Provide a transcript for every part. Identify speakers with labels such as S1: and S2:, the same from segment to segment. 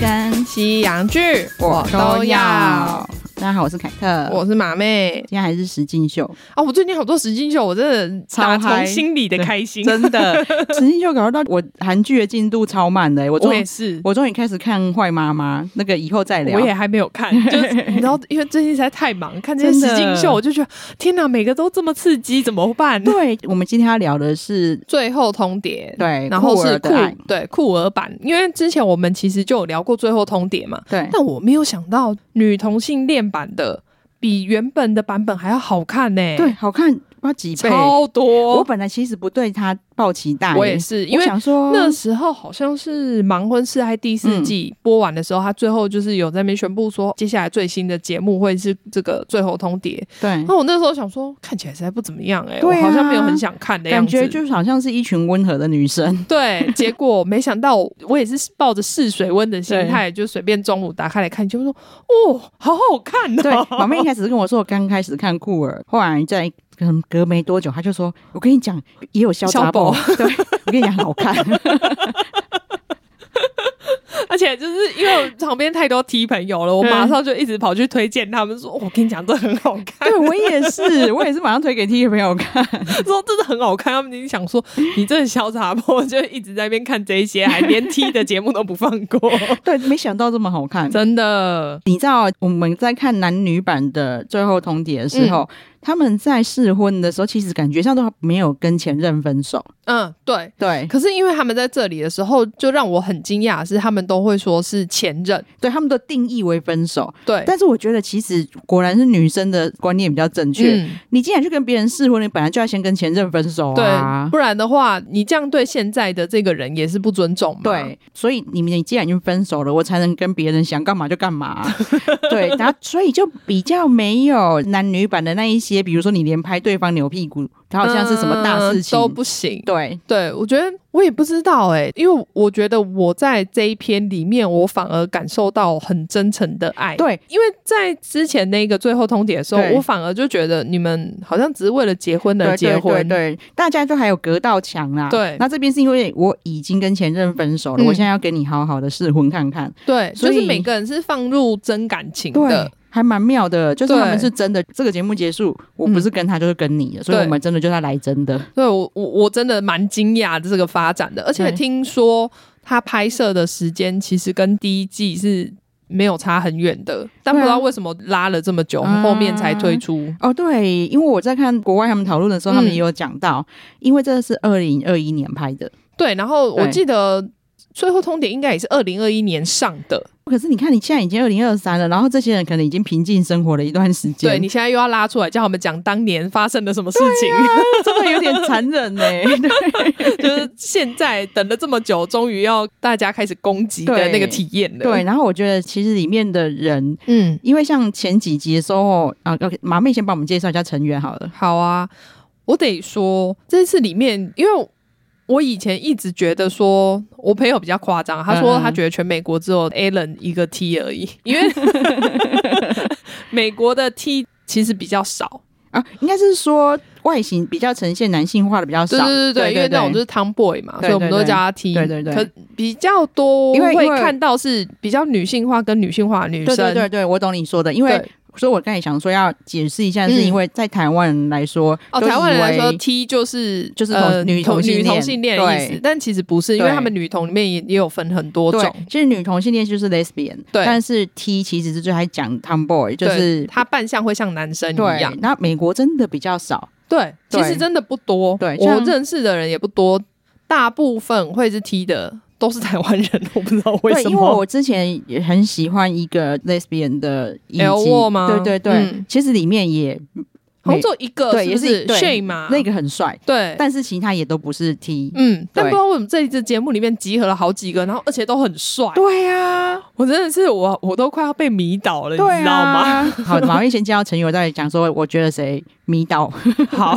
S1: 根
S2: 西洋剧我都要。。
S1: 大家好，我是凯特，
S2: 我是马妹
S1: 今天还是石进秀，
S2: 呃啊！我最近好多实境秀，我真的
S1: 超
S2: 打
S1: 嗨
S2: 从心里的开心。
S1: 真的， 石进秀搞到我韩剧的进度超慢的、欸，我
S2: 我
S1: 终
S2: 也
S1: 于
S2: 是，
S1: 我终于开始看《坏妈妈》，那个以后再聊。
S2: 我也还没有看， 就是你知道，因为最近实在太忙，看这些
S1: 真的
S2: 实境秀，我就觉得天哪，每个都这么刺激，怎么办？
S1: 对，我们今天要聊的 是
S2: 最后通牒，
S1: 对，
S2: 然后
S1: 酷
S2: 是
S1: 儿
S2: 酷
S1: 的爱，
S2: 对酷儿版，因为之前我们其实就有聊过最后通牒嘛，
S1: 对，
S2: 但我没有想到女同性恋版的比原本的版本还要好看呢、
S1: 对，，好看，不知道几倍。
S2: 超
S1: 我
S2: 多。
S1: 本来其实不对他抱期待、
S2: 我也是，因
S1: 我
S2: 为
S1: 想说
S2: 那时候好像是《盲婚试爱》第四
S1: 嗯
S2: 季播完的时候，他最后就是有在那边宣布说，接下来最新的节目会是这个最后通牒。
S1: 对
S2: 那我那时候想说，看起来实在不怎么样哎、
S1: 嗯对啊
S2: 我好像没有很想看的样
S1: 感
S2: 子。
S1: 觉就是好像是一群温和的女生，
S2: 对，结果没想到我也是抱着试水温的心态，就随便中午打开来看，就说哦，好好看
S1: 对，
S2: 哦。
S1: 毛妹一开始是跟我说，我刚开始看酷儿，后来在可能隔没多久，她就说：“我跟你讲，也有消杂包，对我跟你讲好 看。
S2: 而且就是因为我旁边太多 T 朋友了，我
S1: 嗯
S2: 马上就一直跑去推荐他们说，哦我跟你讲，这很好看，
S1: 对我也是，我也是马上推给 T 的朋友看。
S2: 说真的很好看。他们已经想说，你这小杂婆就一直在那边看这一些，还连 T 的节目都不放 过，
S1: 对，没想到这么好看。
S2: 真的。
S1: 你知道我们在看男女版的《最后通牒》的时候，他们在试婚的时候，其实感觉上都没有跟前任分手。
S2: 嗯，对。
S1: 对，
S2: 可是因为他们在这里的时候，就让我很惊讶的是，他们都会说是前任，
S1: 对，他们都定义为分手。
S2: 对，
S1: 但是我觉得，其实果然是女生的观念比较正确。
S2: 嗯
S1: 你既然去跟别人试婚，你本来就要先跟前任分手啊
S2: 对，。不然的话，你这样对现在的这个人也是不尊重嘛。，
S1: 对，所以你们你既然已经分手了，我才能跟别人想干嘛就干嘛、 对，然后所以就比较没有男女版的那一些，比如说你连拍对方扭屁股，它好像是什么大事情。
S2: 嗯呃都不行。
S1: 对，
S2: 对，我觉得我也不知道哎、因为我觉得我在这一篇里面，我反而感受到很真诚的爱。
S1: 对，
S2: 因为在之前那个最后通牒的时候，
S1: 对
S2: 我反而就觉得你们好像只是为了结婚而
S1: 对，
S2: 结婚。
S1: 对对对大家都还有隔道墙啦。
S2: 对
S1: 那这边是因为我已经跟前任分手了，
S2: 嗯
S1: 我现在要跟你好好的试婚看看。
S2: 对
S1: 所
S2: 就
S1: 以
S2: 是每个人是放入真感情
S1: 对
S2: 的。。
S1: 还蛮妙的，就是他们
S2: 对嗯
S1: 是真的。这个节目结束，我不是跟他就是跟你的，所以
S2: 对
S1: 我们真的就是要来真的。
S2: 对我我我真的蛮惊讶这个发展的，而且
S1: 对
S2: 听说他拍摄的时间其实跟第一季是没有差很远的，但不知
S1: 啊
S2: 道为什么拉了这么久，
S1: 嗯
S2: 后面才推出。
S1: 哦，对，因为我在看国外他们讨论的时候，他们
S2: 嗯
S1: 也有讲到，因为这是二零二一年拍的，
S2: 对，然后我
S1: 对
S2: 记得最后通牒应该也是二零二一年上的，
S1: 可是你看你现在已经二零二三了，然后这些人可能已经平静生活了一段时间，
S2: 对你现在又要拉出来叫他们讲当年发生了什么事情，
S1: 啊真的有 点残忍呢、对
S2: 就是现在等了这么久，终于要大家开始攻击的
S1: 对
S2: 那个体验了。
S1: 对，，然后我觉得其实里面的人，
S2: 嗯，
S1: 因为像前几集的时候啊，OK，马妹先帮我们介绍一下成员好了。
S2: 好啊，我得说这次里面，因为我以前一直觉得说，我朋友比较夸张，他说
S1: 嗯嗯
S2: 他觉得全美国只有 Alan 一个 T 而已，因 为美国的 T 其实比较少，
S1: 啊，应该是说外形比较呈现男性化的比较
S2: 对
S1: 少，
S2: 对对对，因为那种就是 Tomboy 嘛，
S1: 对
S2: 所以我们都会叫他 T，
S1: 对对对
S2: 可比较多
S1: 因为
S2: 会
S1: 因为
S2: 看到是比较女性化跟女性化的女
S1: 对
S2: 生，
S1: 对对对，我懂你说的，因为
S2: 对。
S1: 所以我刚才想说要解释一下，是
S2: 嗯
S1: 因为在台湾人来说，
S2: 哦，
S1: 都以
S2: 台湾人来说
S1: 为
S2: ，T 就是
S1: 就是同
S2: 呃
S1: 女
S2: 同
S1: 同性
S2: 女
S1: 恋
S2: 同性恋的意思
S1: 对，
S2: 但其实不是，因为
S1: 对
S2: 他们女同里面也也有分很多
S1: 对，
S2: 种，
S1: 其实女同性恋就是 lesbian，
S2: 对
S1: 但是 T 其实是最爱讲 tomboy，就
S2: 对
S1: 是
S2: 他扮相会像男生一
S1: 对
S2: 样。。
S1: 那美国真的比较少，
S2: 对，
S1: 对
S2: 其实真的不多。
S1: 对
S2: 我
S1: 像
S2: 认识的人也不多，大部分会是 T 的都是台湾人，我不知道为
S1: 对，
S2: 什
S1: 因为
S2: 么。
S1: 我之前也很喜欢一个 lesbian 的影
S2: L
S1: 集
S2: War 吗
S1: 对对对，
S2: 嗯
S1: 其实里面也
S2: 好像
S1: 美
S2: 只有一个，
S1: 对
S2: 是不
S1: 也是对
S2: Shane 嘛？
S1: 那个很帅，
S2: 对，
S1: 但是其他也都不是 T。
S2: 嗯，但
S1: 对
S2: 不知道为什么这一次节目里面集合了好几个，然后而且都很帅。
S1: 对呀、
S2: 我真的是我我都快要被迷倒了，
S1: 对啊，
S2: 你知道 吗？
S1: 好，马上先介绍陈友，再讲说我觉得谁迷倒。
S2: 好，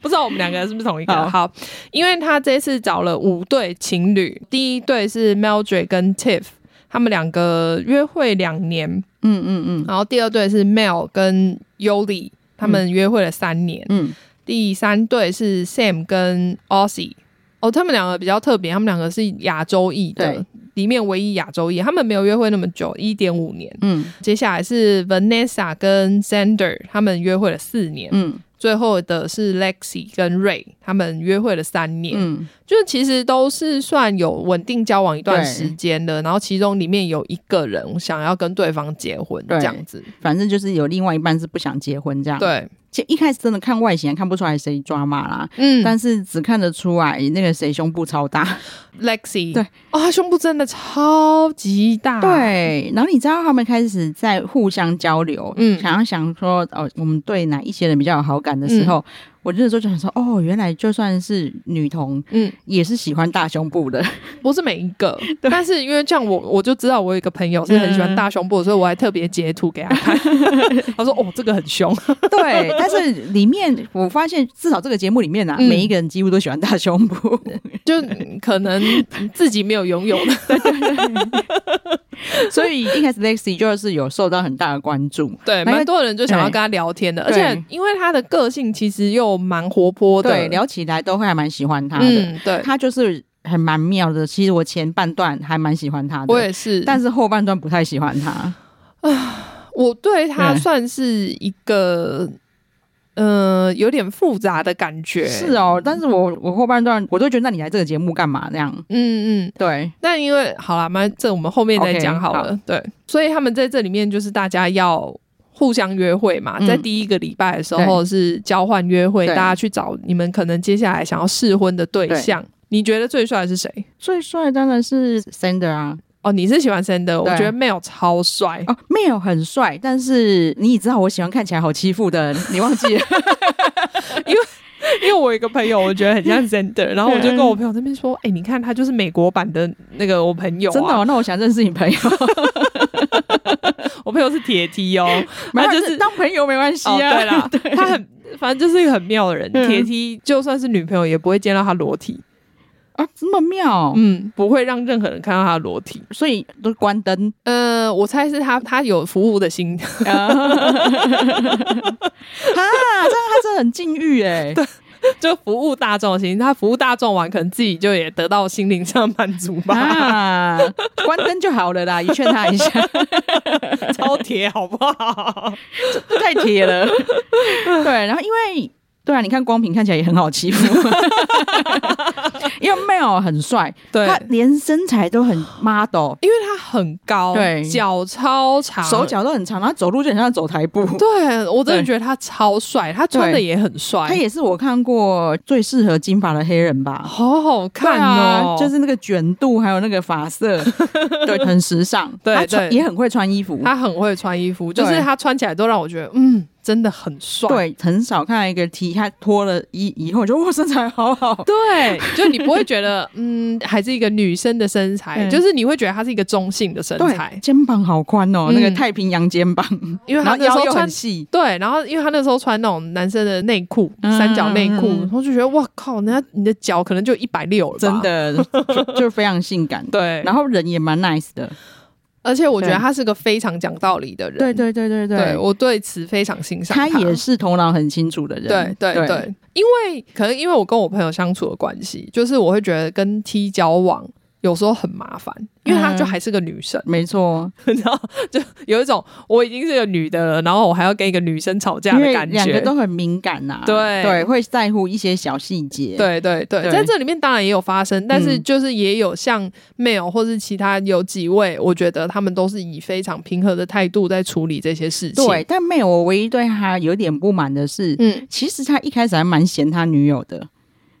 S2: 不知道我们两个是不是同一个？
S1: 好
S2: 好，因为他这次找了五对情侣，第一对是 Meldred 跟 Tiff，他们两个约会两年，
S1: 嗯嗯嗯
S2: 然后第二对是 Mel 跟 Yoli，他们约会了三年，
S1: 嗯，
S2: 第三对是 Sam 跟 Aussie。哦，他们两个比较特别，他们两个是亚洲裔的
S1: 对，
S2: 里面唯一亚洲裔，他们没有约会那么久，一点五年。
S1: 嗯
S2: 接下来是 Vanessa 跟 Sander 他们约会了四年，
S1: 嗯
S2: 最后的是 Lexi 跟 Ray 他们约会了三年。
S1: 嗯，
S2: 就是其实都是算有稳定交往一段时间的，然后其中里面有一个人想要跟对方结婚
S1: 对啊
S2: 这样子，
S1: 反正就是有另外一半是不想结婚这样。，
S2: 对，
S1: 其实一开始真的看外形还看不出来谁抓马啦，
S2: 嗯，但
S1: 但是只看得出来那个谁胸部超大。
S2: Lexi
S1: 对，
S2: 哦，他胸部真的超级大，，
S1: 对，然后你知道他们开始在互相交流，
S2: 嗯
S1: 嗯，想要想说哦，我们对哪一些人比较有好感的
S2: 嗯
S1: 时候，我那时候就想说，哦，原来就算是女同
S2: 嗯，
S1: 也是喜欢大胸部 的，
S2: 不是每一个，但是因为这样我我就知道我有一个朋友是很喜欢大胸部的，所以我还特别截图给 他看，他说哦这个很凶，
S1: 对。但是里面我发现，至少这个节目里面啊，
S2: 嗯
S1: 每一个人几乎都喜欢大胸部，
S2: 就嗯可能自己没有拥有的，
S1: 所以一开始 Lexi 就是有受到很大的关注，
S2: 对，
S1: 蛮
S2: 蛮多人就想要
S1: 对
S2: 跟他聊天的，而
S1: 对
S2: 且因为他的个性其实又蛮活泼的，
S1: 对，聊起来都会还蛮喜欢他的，
S2: 嗯对。
S1: 他就是很蛮妙的。其实我前半段还蛮喜欢他的，
S2: 我也是，
S1: 但是后半段不太喜欢他。
S2: 我对他
S1: 对
S2: 算是一个，呃，有点复杂的感觉。
S1: 是哦，但是我我后半段我都觉得，那你来这个节目干嘛？那样
S2: 嗯嗯，
S1: 对，
S2: 但因为好啦，那这我们后面再
S1: OK，
S2: 讲好了。对，所以他们在这里面就是大家要互相约会嘛，
S1: 嗯
S2: 在第一个礼拜的时候是交换约会，大
S1: 对
S2: 家去找你们可能接下来想要试婚的对象。你觉得最帅的是谁？
S1: 最帅当然是 Sander 啊，
S2: 哦，你是喜欢 Sander，我
S1: 对
S2: 觉得 Mel 超帅。
S1: 哦，Mel 很帅，但是你也知道我喜欢看起来好欺负的 人，你忘记了？
S2: 因为我有一个朋友，我觉得很 像 Zander，然后我就跟我朋友那边说：“哎、你看他就是美国版的那个我朋友、啊，
S1: 真的、哦？那我想认识你 朋友，
S2: 我朋友是铁梯哦，
S1: 没有
S2: 就
S1: 这
S2: 是
S1: 当朋友没关系
S2: 哦，
S1: 啊。
S2: 对啦， 他很，反正就是一个很妙的人。
S1: 嗯
S2: 铁梯就算是女朋友，也不会见到他裸体，
S1: 啊，这么妙，
S2: 嗯，不会让任何人看到他的裸体。
S1: 所以都关 灯。
S2: 呃，我猜是他，他有服务的心，
S1: 啊，哈哈哈啊这样他真的很禁欲哎、
S2: 就服务大众的心。他服务大众完，可能自己就也得到心灵上的满足吧。
S1: 啊，关灯就好了啦，也劝他一 下。
S2: 超铁，好不好？
S1: 太铁了。 对，然后因为对啊，你看光平看起来也很好欺 负，因为 Mel 很帅，
S2: 对。
S1: 他连身材都很 model，
S2: 因为他很高，
S1: 对
S2: 脚超长，
S1: 手脚都很长，然后走路就很像走台步。
S2: 对我真的
S1: 对
S2: 觉得他超帅，他穿的也很帅，
S1: 他也是我看过最适合金发的黑人吧。
S2: 好好
S1: 对
S2: 看哦
S1: 啊，，就是那个卷度，还有那个发 色，对，很时尚。
S2: 对
S1: 他穿
S2: 对
S1: 也很会穿衣服。
S2: 他很会穿衣服，就
S1: 对
S2: 是他穿起来都让我觉得，嗯，真的很帅。
S1: 对，很少看到一个 T 他脱了衣以后就哇，身材好好。
S2: 对，就你不会觉得， 嗯，还是一个女生的身材，
S1: 嗯
S2: 就是你会觉得她是一个中性的身材
S1: 对，，肩膀好宽哦，
S2: 嗯
S1: 那个太平洋肩膀，
S2: 因为
S1: 然
S2: 她
S1: 后
S2: 那时
S1: 腰
S2: 候
S1: 又
S2: 穿
S1: 很。细。
S2: 对，然后因为她那时候穿那种男生的内裤，
S1: 嗯
S2: 三角内裤，
S1: 嗯嗯
S2: 然后就觉得哇靠，那你的脚可能就一百六了吧，
S1: 真。的就就非常性感。
S2: 对，
S1: 然后人也蛮 nice 的，
S2: 而且我觉得
S1: 对
S2: 他是个非常讲道理的人，
S1: 对对对
S2: 对我对此非常欣赏
S1: 他也是头脑很清楚的
S2: 对
S1: 人，
S2: 对对，因为可能因为我跟我朋友相处的关系，就是我会觉得跟 T 交往有时候很麻烦，因为她
S1: 嗯
S2: 就还是个女生，
S1: 没错，
S2: 然后就有一种我已经是个女的了，然后我还要跟一个女生吵架
S1: 因
S2: 的
S1: 为
S2: 感
S1: 两个
S2: 觉。
S1: 都很敏感呐、
S2: 对
S1: 对，会在乎一些小细节，
S2: 对对对，
S1: 对
S2: 在这里面当然也有发生，但是
S1: 嗯
S2: 就是也有像 Mel 或是其他有几位，我觉得他们都是以非常平和的态度在处理这些事情。
S1: 对。，但妹，我唯一对他有点不满的是。
S2: 嗯
S1: 其实他一开始还蛮嫌他女友的，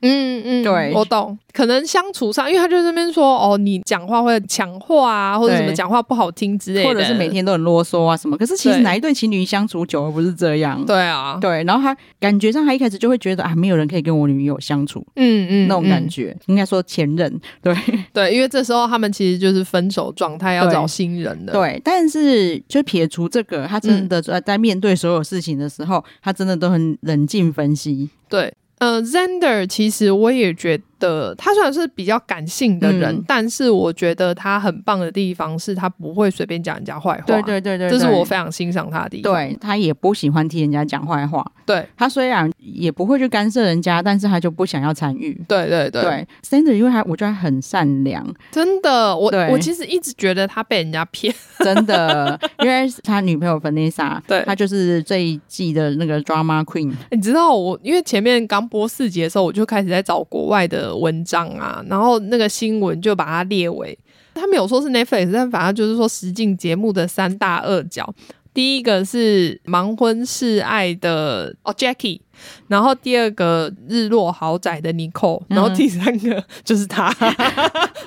S2: 嗯嗯，
S1: 对
S2: 我懂。可能相处上，因为他就在那边说哦，你讲话会抢话啊，或者什么
S1: 对
S2: 讲话不好听之类的，
S1: 或者是每天都很啰嗦啊什么。可是其实
S2: 对
S1: 哪一对情侣相处久了不是这样？
S2: 对啊，
S1: 对，然后他感觉上他一开始就会觉得啊，没有人可以跟我女友相处
S2: 嗯嗯，
S1: 那种感
S2: 嗯
S1: 觉，应该说前任对。
S2: 对，因为这时候他们其实就是分手状态，要
S1: 对
S2: 找新人 的。
S1: 对，但是就撇除这个，他真的呃在在面对所有事情的时候，他真的都很冷静分析。
S2: 对，呃，Zander 其实我也觉的，他虽然是比较感性的人，
S1: 嗯
S2: 但是我觉得他很棒的地方是他不会随便讲人家坏话。
S1: 对对对对，
S2: 这是
S1: 对
S2: 我非常欣赏他的地方。
S1: 对他也不喜欢听人家讲坏话，
S2: 对
S1: 他虽然也不会去干涉人家，但是他就不想要参与。
S2: 对对对，
S1: 对，Sander，因为他我觉得他很善良，
S2: 真的，我
S1: 对
S2: 我其实一直觉得他被人家骗。
S1: 真 的，因为他女朋友 Vanessa，
S2: 对
S1: 他就是这一季的那个 drama queen，
S2: 你知道我，因为前面刚播四集的时候，我就开始在找国外的文章啊，然后那个新闻就把它列为，他没有说是 Netflix，但反正就是说实境节目的三大恶角。第一个是盲婚试爱的哦 Jackie，然后第二个日落豪宅的 Nicole，然后第三个 就是他。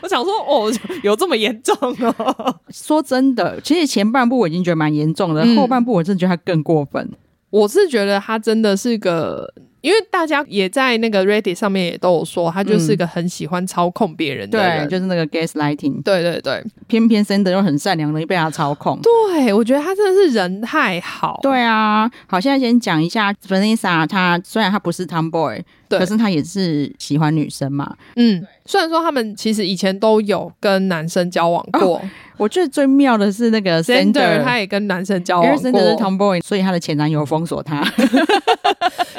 S2: 我想说，哦，有这么严重哦？
S1: 说真的，其实前半部我已经觉得蛮严重的，
S2: 嗯
S1: 后半部我真的觉得他更过分。
S2: 我是觉得他真的是个，因为大家也在那个 Reddit 上面也都有说，他
S1: 嗯
S2: 就是个很喜欢操控别人的
S1: 对，
S2: 人。
S1: 就是那个 gaslighting，
S2: 对对对
S1: 偏偏 Sander 又很善良，容易被他操控。
S2: 对，我觉得他真的是人太好。
S1: 对啊，好，现在先讲一下 Vanessa，她虽然她不是 tomboy，
S2: 对
S1: 可是她也是喜欢女生嘛。
S2: 嗯，虽然说他们其实以前都有跟男生交往过、
S1: 我觉得最妙的是那个
S2: s a n d e
S1: Sander，
S2: r 他也跟男生
S1: 因
S2: 交
S1: 为
S2: 往
S1: Sander 是
S2: 哦过，
S1: tomboy，所以她的前男友封锁她，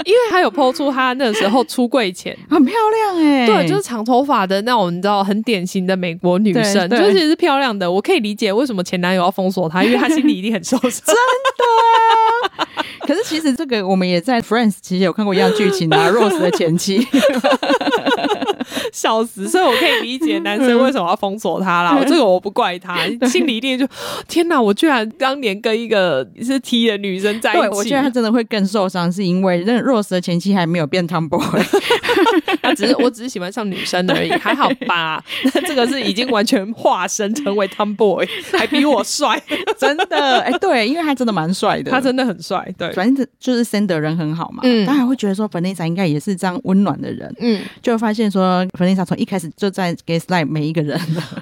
S2: 因为他有抛出他那时候出柜前。
S1: 很漂亮 哎、
S2: 对，就是长头发的那种，你知道，很典型的美国女
S1: 对
S2: 生，
S1: 对
S2: 就其实是漂亮的。我可以理解为什么前男友要封锁她，因为她心里一定很受伤。
S1: 可是其实这个我们也在 Friends 其实有看过一样剧情 啊，Rose 的前妻，
S2: 笑死！所以我可以理解男生为什么要封锁他 啦，这个我不怪他， 心里一定就天哪，我居然当年跟一个是 T 的女生在一起，
S1: 对我觉得她真的会更受伤，是因为那 Rose 的前妻还没有变 tomboy，
S2: 他只是我只是喜欢上女生而已，还好吧？ 那这个是已经完全化身成为 Tomboy，还比我帅，
S1: 真的哎、对，因为他真的蛮帅的，
S2: 他真的很帅，对，
S1: 反正就是 Sander 人很好嘛，
S2: 嗯
S1: 当然会觉得说 Vanessa 应该也是这样温暖的人，
S2: 嗯，
S1: 就发现说 Vanessa 从一开始就在 gaslight 每一个人，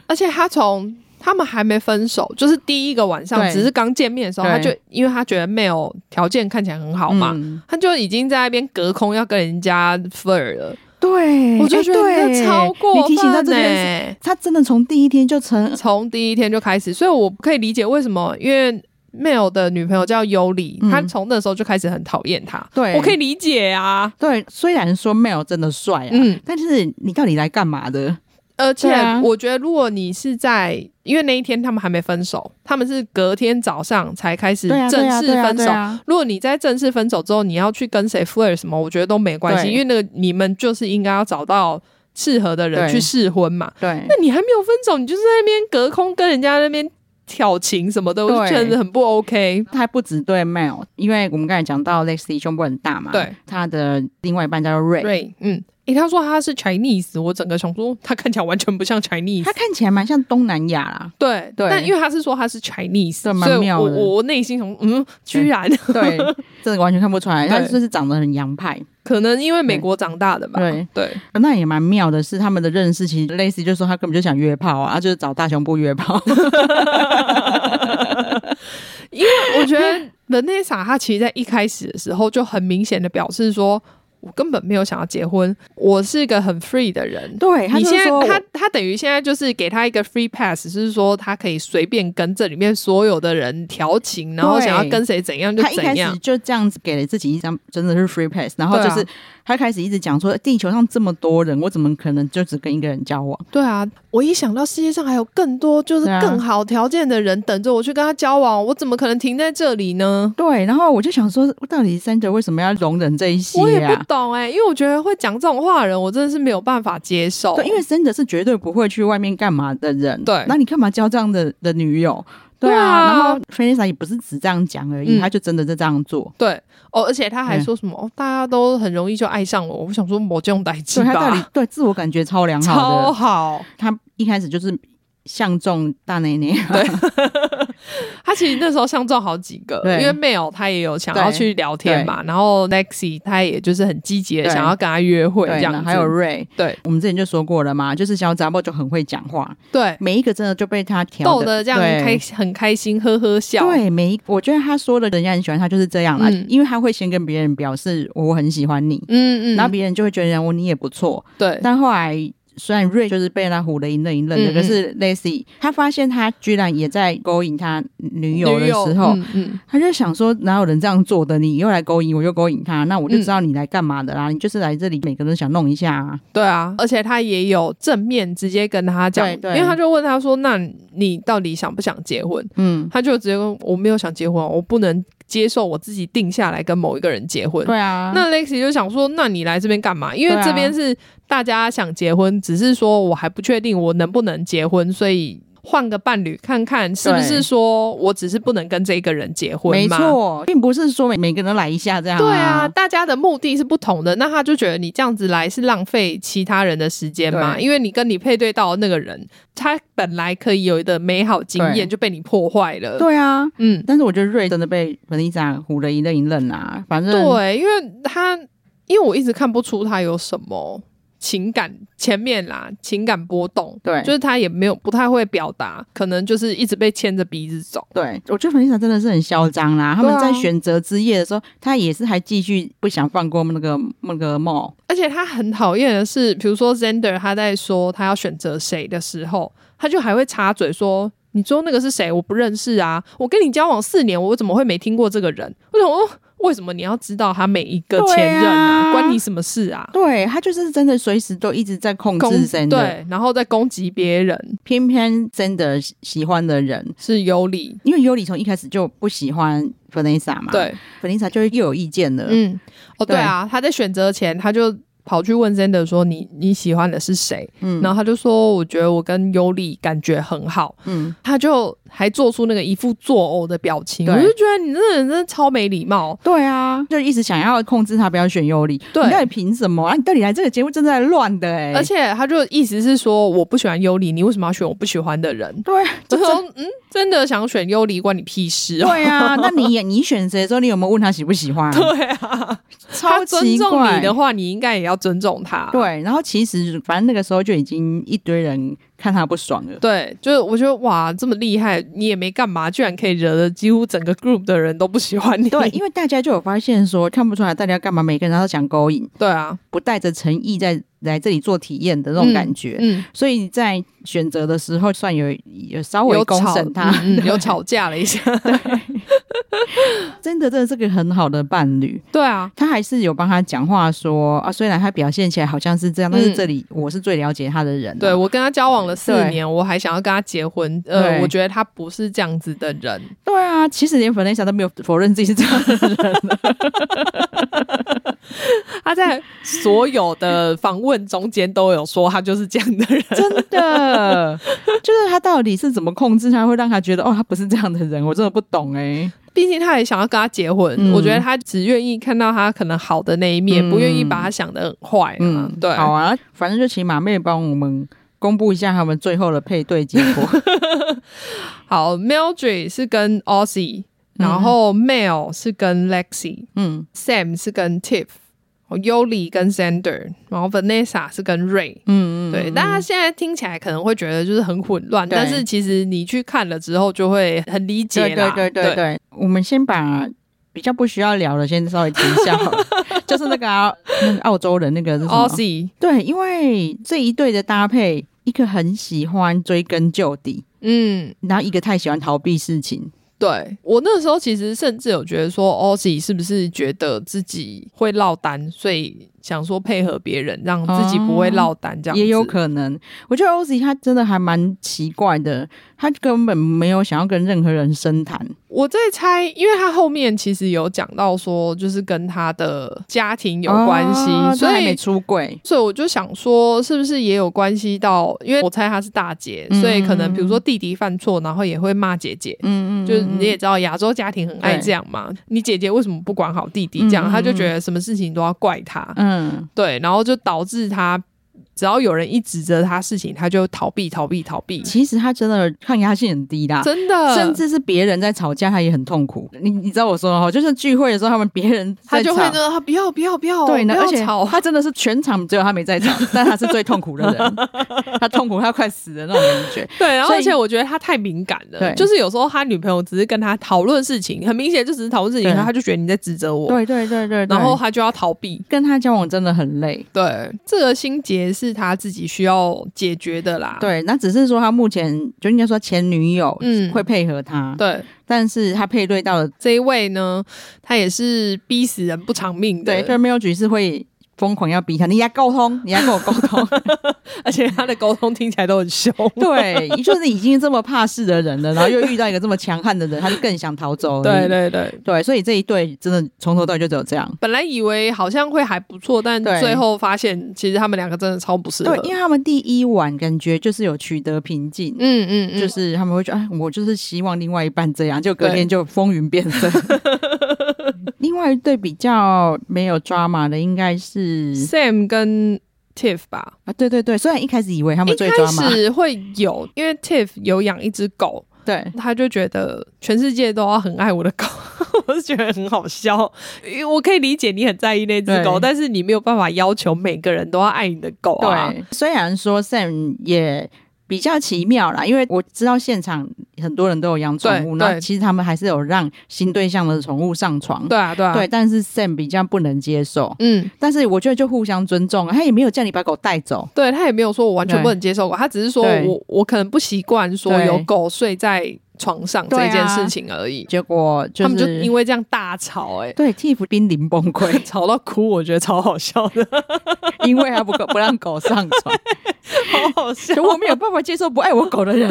S2: 而且他从。他们还没分手，就是第一个晚上，
S1: 对
S2: 只是刚见面的时候，
S1: 对
S2: 他就因为他觉得 Mel 条件看起来很好嘛，
S1: 嗯
S2: 他就已经在那边隔空要跟人家 flirt 了。
S1: 对，
S2: 我就觉得
S1: 哎
S2: 你
S1: 对
S2: 这超过分、欸、
S1: 你提醒到这件事，他真的从第一天就成，
S2: 从第一天就开始，所以我不可以理解为什么，因为 Mel 的女朋友叫尤里，
S1: 嗯
S2: 她从那时候就开始很讨厌他。
S1: 对
S2: 我可以理解啊，
S1: 对，虽然说 Mel 真的帅啊，
S2: 嗯，
S1: 但是你到底来干嘛的？
S2: 而且
S1: 对啊
S2: 我觉得如果你是在，因为那一天他们还没分手，他们是隔天早上才开始
S1: 对啊，对
S2: 正
S1: 啊，
S2: 式
S1: 对啊
S2: 分
S1: 对
S2: 手。
S1: 啊
S2: 如果你在正式分手之后，你要去跟谁 flirt 什么，我觉得都没关系，
S1: 对
S2: 因为那个你们就是应该要找到适合的人
S1: 对
S2: 去试婚嘛。
S1: 对
S2: 那你还没有分手，你就是在那边隔空跟人家那边挑情什么的，我就
S1: 对
S2: 觉得很不 OK。
S1: 他不只对 Mel，因为我们刚才讲到 Lexi 胸部很大嘛，
S2: 对，
S1: 他的另外一半叫做 Ray，
S2: 对，嗯，诶、他说他是 Chinese，我整个想说他看起来完全不像 Chinese，
S1: 他。看起来蛮像东南亚啦
S2: 对
S1: 对
S2: 但因为他是说他是 Chinese，
S1: 对蛮
S2: 所以
S1: 妙
S2: 我
S1: 的
S2: 我我内心想，嗯，居然
S1: 对，真的完全看不出来，
S2: 对
S1: 他就是长得很洋派。
S2: 可能因为美国长大的吧，
S1: 对
S2: 对
S1: 那也蛮妙的是，他们的认识其实 Lexi 就说他根本就想约炮啊，他就是找大胸部约炮，
S2: 因为我觉得 Vanessa 她其实在一开始的时候就很明显的表示说，我根本没有想要结婚，我是一个很 free 的 人，
S1: 对，他
S2: 你
S1: 就
S2: 现在
S1: 说
S2: 他他等于现在就是给他一个 free pass，就是说他可以随便跟这里面所有的人调情，然后
S1: 对
S2: 想要跟谁怎样就
S1: 他一开
S2: 怎样
S1: 始。就这样子给了自己一张真的是 free pass，然后
S2: 对
S1: 就
S2: 啊
S1: 是他开始一直讲说地球上这么多人，我怎么可能就只跟一个人交往？
S2: 对啊，我一想到世界上还有更多就是
S1: 对啊
S2: 更好条件的人等着我去跟他交往，我怎么可能停在这里呢？
S1: 对，然后我就想说，到底 Sander 为什么要容忍这一些
S2: 我也不
S1: 啊？
S2: 懂哎、因为我觉得会讲这种话的人，我真的是没有办法接受。
S1: 对，因为 Sander 是绝对不会去外面干嘛的人。
S2: 哦对
S1: 那你干嘛交这样的的女友？
S2: 对啊
S1: 然后 f r a n i s a 也不是只这样讲而已，
S2: 嗯
S1: 他就真的在这样做。
S2: 对哦，而且他还
S1: 嗯
S2: 说什么、哦，大家都很容易就爱上我，我想说我这种代志
S1: 所以他到底
S2: 吧，
S1: 对自我感觉超良好
S2: 超
S1: 的，
S2: 好，
S1: 他一开始就是相中大内内，对，
S2: 他其实那时候相中好几个，
S1: 对
S2: 因为 Mail 他也有想要
S1: 对
S2: 去聊天嘛，然后 Lexi 他也就是很积极的
S1: 对
S2: 想要跟他约会这
S1: 对，
S2: 样
S1: 然
S2: 子，
S1: 后还有 Ray，
S2: 对
S1: 我们之前就说过了嘛，就是小杂波就很会讲话，
S2: 对
S1: 每一个真的就被他调
S2: 逗
S1: 得
S2: 得这样
S1: 对
S2: 开很开心，呵呵笑，
S1: 对，每一我觉得他说的人家很喜欢他就是这样啦，
S2: 嗯
S1: 因为他会先跟别人表示我很喜欢你，
S2: 嗯嗯，
S1: 然后别人就会觉得哦你也不错。
S2: 对
S1: 但后来虽然瑞就是被他唬得一愣一愣的，
S2: 嗯嗯
S1: 可是 Lacy 他发现他居然也在勾引他女友的时候，
S2: 嗯嗯，
S1: 他就想说哪有人这样做的？你又来勾引我，又勾引他，那我就知道你来干嘛的
S2: 嗯
S1: 啦，你就是来这里每个人都想弄一下啊。
S2: 对啊，而且他也有正面直接跟他讲，
S1: 对对
S2: 因为他就问他说：“那你到底想不想结婚？”
S1: 嗯，
S2: 他就直接问：“我没有想结婚，我不能接受我自己定下来跟某一个人结婚。
S1: 对啊，
S2: 那 Lexi 就想说：“那你来这边干嘛？因为
S1: 对啊
S2: 这边是大家想结婚，只是说我还不确定我能不能结婚，所以换个伴侣看看是不
S1: 对
S2: 是说我只是不能跟这个人结婚
S1: 没
S2: 嘛？
S1: 错，并不是说每每个人都来一下这样、
S2: 对啊，，大家的目的是不同的，那他就觉得你这样子来是浪费其他人的时间嘛，
S1: 对
S2: 因为你跟你配对到的那个人，他本来可以有的美好经
S1: 对
S2: 验就被你破坏了。，
S1: 对啊。
S2: 嗯，
S1: 但是我觉得瑞真的被粉丽莎唬了一愣一愣啊，反正
S2: 对，因为他，因为我一直看不出他有什么情感前面啦，情感波动，
S1: 对
S2: 就是他也没有不太会表达，可能就是一直被牵着鼻子走。
S1: 对，我觉得粉丽莎真的是很嚣张啦。他们
S2: 对啊
S1: 在选择之夜的时候，他也是还继续不想放过那个那个梦。
S2: 而且他很讨厌的是，比如说 Zander 他在说他要选择谁的时候，他就还会插嘴说：“你说那个是谁？我不认识啊！我跟你交往四年，我怎么会没听过这个人？为什么？为什么你要知道他每一个前任
S1: 对啊
S2: 关你什么事啊？”
S1: 对他就是真的随时都一直在控
S2: 攻
S1: 制真的，
S2: 对，然后再攻击别人
S1: 偏偏真的喜欢的人，
S2: 是有理，
S1: 因为尤里从一开始就不喜欢 Vanessa 嘛，
S2: 对，
S1: ，Vanessa 就又有意见了，
S2: 嗯，哦，
S1: 对
S2: 对啊，他在选择前他就跑去问 Zander 说你：“你喜欢的是谁？”
S1: 嗯
S2: 然后他就说：“我觉得我跟尤里感觉很好。”
S1: 嗯，
S2: 他就还做出那个一副作呕的表情，
S1: 对
S2: 我就觉得你这个人真的超没礼貌。
S1: 对啊，就一直想要控制他不要选尤里，
S2: 对
S1: 你到底凭什么啊？你到底来这个节目真的在乱的哎、
S2: 而且他就意思是说，我不喜欢尤里，你为什么要选我不喜欢的 人？
S1: 对，
S2: 我说，嗯，真的想选尤里，关你屁事哦。
S1: 对啊，那你也你选谁的时候，你有没有问他喜不喜欢？
S2: 对啊，
S1: 超
S2: 他尊
S1: 奇
S2: 重
S1: 怪
S2: 你的话，你应该也要尊重他。
S1: 对，然后其实反正那个时候就已经一堆人看他不爽了。
S2: 对，就是我觉得哇，这么厉害，你也没干嘛，居然可以惹得几乎整个 group 的人都不喜欢你。
S1: 对，因为大家就有发现说，看不出来大家干嘛，每个人都想勾引，
S2: 对啊，
S1: 不带着诚意在来这里做体验的那种感觉，
S2: 嗯，
S1: 所以在选择的时候算有有稍微
S2: 有
S1: 公
S2: 吵
S1: 审 他，
S2: 嗯嗯有吵架了一下。
S1: 真的真的是个很好的伴侣，
S2: 对啊，
S1: 他还是有帮他讲话说啊，虽然他表现起来好像是这样，但是这里我是最了解他的人、啊，
S2: 对我跟他交往了四
S1: 对
S2: 年，我还想要跟他结婚，呃，
S1: 对
S2: 我觉得他不是这样子的人，
S1: 对啊，其实连 Vanessa 都没有否认自己是这样的人，
S2: 他在所有的访问中间都有说他就是这样的 人。
S1: 真 的，就是他到底是怎么控制他，会让他觉得哦，他不是这样的人，我真的不懂哎、
S2: 毕竟他也想要跟他结婚，
S1: 嗯
S2: 我觉得他只愿意看到他可能好的那一面，
S1: 嗯
S2: 不愿意把他想的很坏、啊。
S1: 嗯，
S2: 对，
S1: 好啊，反正就请马妹帮我们公布一下他们最后的配对结 果。
S2: 好 m e l d r y 是跟 Aussie，然后 Mel 是跟 Lexi，
S1: 嗯
S2: Sam 是跟 Tiff，哦，Yoli 跟 Sander，然后 Vanessa 是跟 Ray。
S1: 嗯嗯，
S2: 对，但他现在听起来可能会觉得就是很混乱，
S1: 对
S2: 但是其实你去看了之后就会很理解
S1: 对
S2: 啦。
S1: 对对对对，我们先把。比较不需要聊的，先稍微提一下好 了，就是那个、啊、那个澳洲人那个是什么？
S2: Aussie，
S1: 对，因为这一对的搭配，一个很喜欢追根究底，
S2: 嗯，
S1: 然后一个太喜欢逃避事情。
S2: 对我那时候其实甚至有觉得说 Aussie 是不是觉得自己会落单，所以想说配合别人，让自己不会落单这样子、
S1: 哦也有可能。我觉得 OZ 他真的还蛮奇怪的，他根本没有想要跟任何人深谈。
S2: 我在猜，因为他后面其实有讲到说，就是跟他的家庭有关系，
S1: 哦他
S2: 所
S1: 还没
S2: 以
S1: 出柜。
S2: 所以我就想说，是不是也有关系到？因为我猜他是大姐，
S1: 嗯
S2: 所以可能比如说弟弟犯错，然后也会骂姐姐。
S1: 嗯嗯，
S2: 就是你也知道，亚洲家庭很爱这样嘛。你姐姐为什么不管好弟弟？这样、
S1: 嗯嗯
S2: 他就觉得什么事情都要怪他，
S1: 嗯，
S2: 对，然后就导致他只要有人一指责他事情，他就逃避、逃避、逃避，
S1: 其实他真的抗压性很低啦。
S2: 真的，
S1: 嗯甚至是别人在吵架，他也很痛苦。你你知道我说的哈，就是聚会的时候，他们别人在
S2: 他就会
S1: 吵
S2: 说他啊不要不要不要，
S1: 对呢，
S2: 不
S1: 而
S2: 要
S1: 且
S2: 吵，
S1: 他真的是全场只有他没在场，但他是最痛苦的 人，他痛苦他快死的那种感觉。
S2: 对，然后
S1: 所以
S2: 而且我觉得他太敏感了，
S1: 对
S2: 就是有时候他女朋友只是跟他讨论事情，很明显就只是讨论事情，
S1: 对
S2: 然后他就觉得你在指责我，
S1: 对对对对对
S2: 然后他就要逃避。
S1: 跟他交往真的很累。
S2: 对，这个心结是他自己需要解决的啦。
S1: 对，那只是说他目前就应该说前女友
S2: 嗯
S1: 会配合他，
S2: 对，
S1: 但是他配对到了
S2: 这一位呢，他也是逼死人不偿命的，
S1: 对，对，没有局是会疯狂要逼他，你要沟通，你要跟我沟 通。
S2: 而且他的沟通听起来都很凶。
S1: 对，就是已经这么怕事的人了，然后又遇到一个这么强悍的人，他就更想逃走而已。
S2: 对对对，
S1: 对，所以这一对真的从头到尾就只有这样。
S2: 本来以为好像会还不错，但
S1: 对
S2: 最后发现其实他们两个真的超不适合。
S1: 对，因为他们第一晚感觉就是有取得平静，
S2: 嗯嗯嗯，
S1: 就是他们会觉得，哎，我就是希望另外一半这样，就隔
S2: 对
S1: 天就风云变 色。另外一对比较没有 drama 的应该是
S2: Sam 跟 Tiff 吧，
S1: 啊，对对对，虽然一开始以为他
S2: 一
S1: 们最
S2: 开
S1: drama，
S2: 始会有，因为 Tiff 有养一只狗，
S1: 对
S2: 他就觉得全世界都要很爱我的狗， 我是觉得很好笑。因为我可以理解你很在意那只狗，
S1: 对
S2: 但是你没有办法要求每个人都要爱你的狗啊。
S1: 对，虽然说 Sam 也。比较奇妙啦，因为我知道现场很多人都有养宠物，
S2: 对
S1: 那
S2: 对
S1: 其实他们还是有让新对象的宠物上床，
S2: 对啊，对啊，
S1: 对，，但是 Sam 比较不能接受，
S2: 嗯，
S1: 但是我觉得就互相尊重，他也没有叫你把狗带走，
S2: 对他也没有说我完全
S1: 对
S2: 不能接受狗，他只是说
S1: 对
S2: 我我可能不习惯说
S1: 对
S2: 有狗睡在床上这
S1: 对啊
S2: 一件事情而已。
S1: 结果就是
S2: 他们就因为这样大吵、欸，，
S1: 对 Tiff 濒临崩溃
S2: 吵到哭，我觉得超好笑 的，
S1: 因为他不够不让狗上床，
S2: 好好笑
S1: 就我没有办法接受不爱我狗的 人。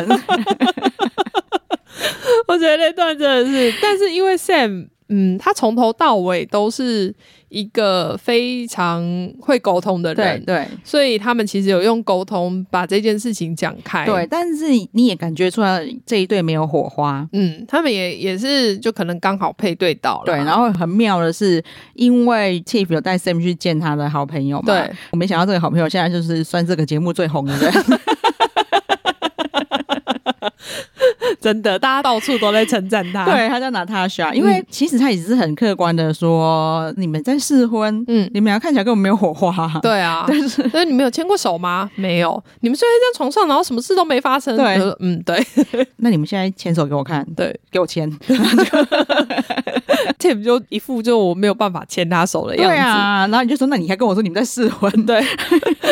S2: 我觉得那段真的是，但是因为 Sam，嗯，他从头到尾都是一个非常会沟通的
S1: 对
S2: 人，
S1: 对
S2: 所以他们其实有用沟通把这件事情讲开。
S1: 对，，但是你也感觉出来这一对没有火花。
S2: 嗯，他们也也是就可能刚好配对到了，
S1: 对，然后很妙的是，因为 Tiff 有带 Sam 去见他的好朋友嘛，
S2: 对，
S1: 我没想到这个好朋友现在就是算这个节目最红的 人，
S2: 真的，大家到处都在称赞 他。，
S1: 对，他叫 Natasha，因为
S2: 嗯
S1: 其实他也是很客观的说，你们在试婚，
S2: 嗯，
S1: 你们俩看起来根本没有火花，
S2: 对啊。
S1: 但是
S2: 所以你们有牵过手吗？没有。你们睡在一张床上，然后什么事都没发生。
S1: 对
S2: 我说，嗯，对
S1: 那你们现在牵手给我看，
S2: 对。
S1: 给我牵，
S2: Tim 就一副就我没有办法牵他手的样
S1: 对
S2: 子。
S1: 啊，然后你就说，那你还跟我说你们在试婚，
S2: 对，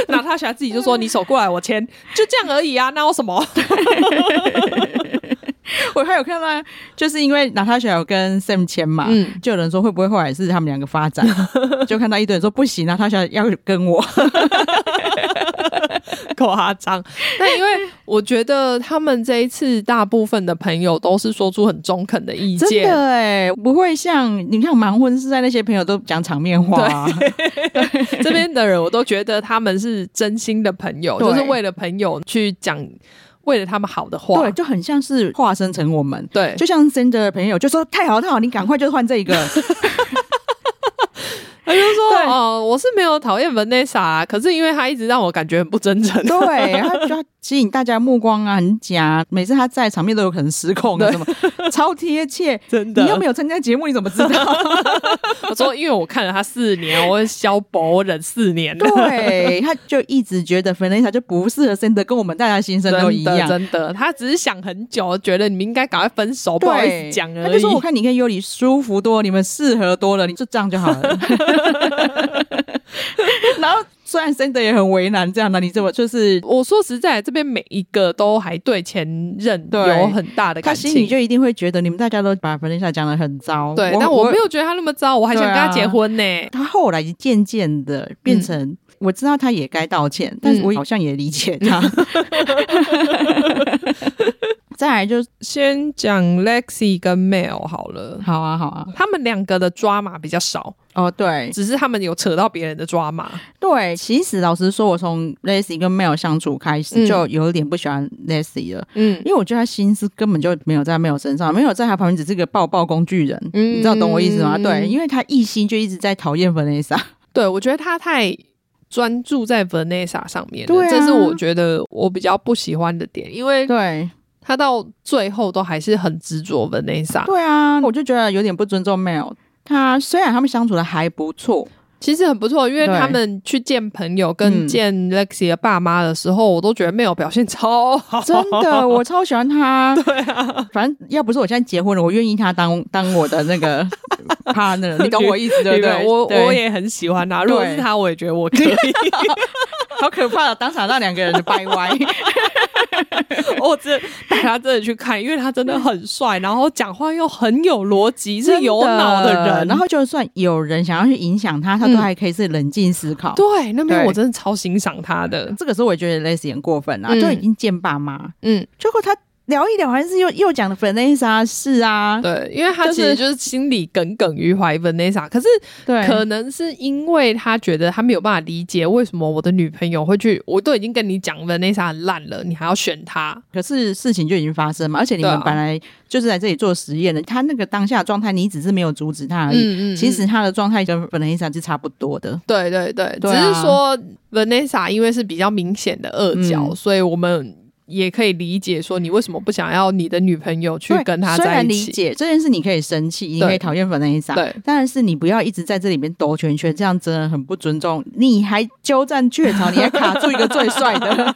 S2: 娜塔莎自己就说：“你手过来，我签， 就这样而已啊，那有什么
S1: 我还有看到，就是因为娜塔莎有跟 Sam 签嘛，
S2: 嗯
S1: 就有人说会不会后来是他们两个发 展，就看到一堆人说不行，娜塔莎要跟我，
S2: 夸 张？”那因为我觉得他们这一次大部分的朋友都是说出很中肯的 意
S1: 真
S2: 见，
S1: 的哎，不会像你看盲婚是在那些朋友都讲场面话、 啊，
S2: 这边的人我都觉得他们是真心的朋友，
S1: 对
S2: 就是为了朋友去讲，为了他们好的话
S1: 对，。就很像是化身成我们。
S2: 对，
S1: 就像 Sam 的朋友就说太好太好，你赶快就换这 一个。
S2: 他就说
S1: 对：“
S2: 哦，我是没有讨厌 Vanessa，啊可是因为他一直让我感觉很不真诚。”
S1: 对，他就要吸引大家的目光啊，很假。每次他在场面都有可能失控啊，什么超贴 切。
S2: 真的，
S1: 你又没有参加节目，你怎么知道？
S2: 我说，因为我看了他四年，我消薄，我忍四 年了。
S1: 对，他就一直觉得 Vanessa 就不适合 Sander，跟我们大家心声都一
S2: 真的
S1: 样。
S2: 真的，他只是想很久，觉得你们应该赶快分手，不好意
S1: 对，
S2: 思讲而已。
S1: 他就说：“我看你跟尤里舒服多，你们适合多了，你 就这样就好了。”然后虽然 Sander 也很为难，这样的你怎么就是
S2: 我说实在，这边每一个都还对前任
S1: 对
S2: 有很大的
S1: 他
S2: 感
S1: 心里
S2: 情。
S1: 就一定会觉得你们大家都把 Vanessa 讲的很糟。
S2: 对，但我没啊有觉得他那么糟，我还想跟他结婚呢、
S1: 他后来渐渐的变成，我知道他也该道歉，但是我好像也理解 他。再来就
S2: 先讲 Lexi 跟 Mel 好了，
S1: 好啊，好啊，
S2: 他们两个的抓马比较少，
S1: 哦，对
S2: 只是他们有扯到别人的抓马。
S1: 对，其实老实说，我从 Lacy 跟 Mel 相处开始，
S2: 嗯
S1: 就有点不喜欢 Lacy 了，
S2: 嗯
S1: 因为我觉得他心思根本就没有在 Mel 身上，没有在他旁边，只是个抱抱工具人。
S2: 嗯
S1: 你知道懂我意思吗？
S2: 嗯
S1: 对，因为他一心就一直在讨厌 Vanessa。
S2: 对，我觉得他太专注在 Vanessa 上面的，
S1: 对啊
S2: 这是我觉得我比较不喜欢的点，因为
S1: 对
S2: 他到最后都还是很执着 Vanessa。
S1: 对啊，我就觉得有点不尊重 Mel。他虽然他们相处的还不 错，
S2: 其实很不错，因为
S1: 对
S2: 他们去见朋友跟
S1: 嗯
S2: 见 Lexi 的爸妈的时候，我都觉得 Mel 表现超好。
S1: 真的，我超喜欢他。对啊，反正要不是我现在结婚了，我愿意他当当我的那 个 partner，你懂我意思对不对？
S2: 我
S1: 对
S2: 我也很喜欢他，如果是
S1: 对
S2: 他，我也觉得 我可以。
S1: 好可怕的，啊当场让两个人就掰 歪。
S2: 我真带他真的去看，因为他真的很帅，然后讲话又很有逻辑，是有脑的人。
S1: 然后就算有人想要去影响他，他都
S2: 嗯
S1: 还可以是冷静思考。
S2: 对那边
S1: 对
S2: 我真的超欣赏他的，
S1: 这个时候我也觉得 Lacy 很过分啦、啊
S2: 嗯
S1: 就已经见爸妈，
S2: 嗯，
S1: 结果他聊一聊还是又又讲 Vanessa 是啊，
S2: 对，因为他
S1: 就
S2: 其
S1: 是
S2: 实就是心里耿耿于怀 Vanessa，可是
S1: 对
S2: 可能是因为他觉得他没有办法理解为什么我的女朋友会去，我都已经跟你讲 Vanessa 很烂了，你还要选她。
S1: 可是事情就已经发生嘛，而且你
S2: 对
S1: 们
S2: 啊
S1: 本来就是在这里做实验的，他那个当下的状态，你只是没有阻止他而已。
S2: 嗯
S1: 其实他的状态跟 Vanessa 是差不多的，
S2: 对对对，
S1: 对
S2: 只
S1: 啊
S2: 是说 Vanessa 因为是比较明显的恶角，
S1: 嗯
S2: 所以我们也可以理解说你为什么不想要你的女朋友去
S1: 对
S2: 跟他
S1: 虽
S2: 在
S1: 然
S2: 一
S1: 理
S2: 起。
S1: 解这件事，你可以生气，你可以讨厌 Vanessa，
S2: 对
S1: 啊但是你不要一直在这里面兜圈圈，这样真的很不尊重。你还鸠占鹊巢，你还卡住一个最帅 的，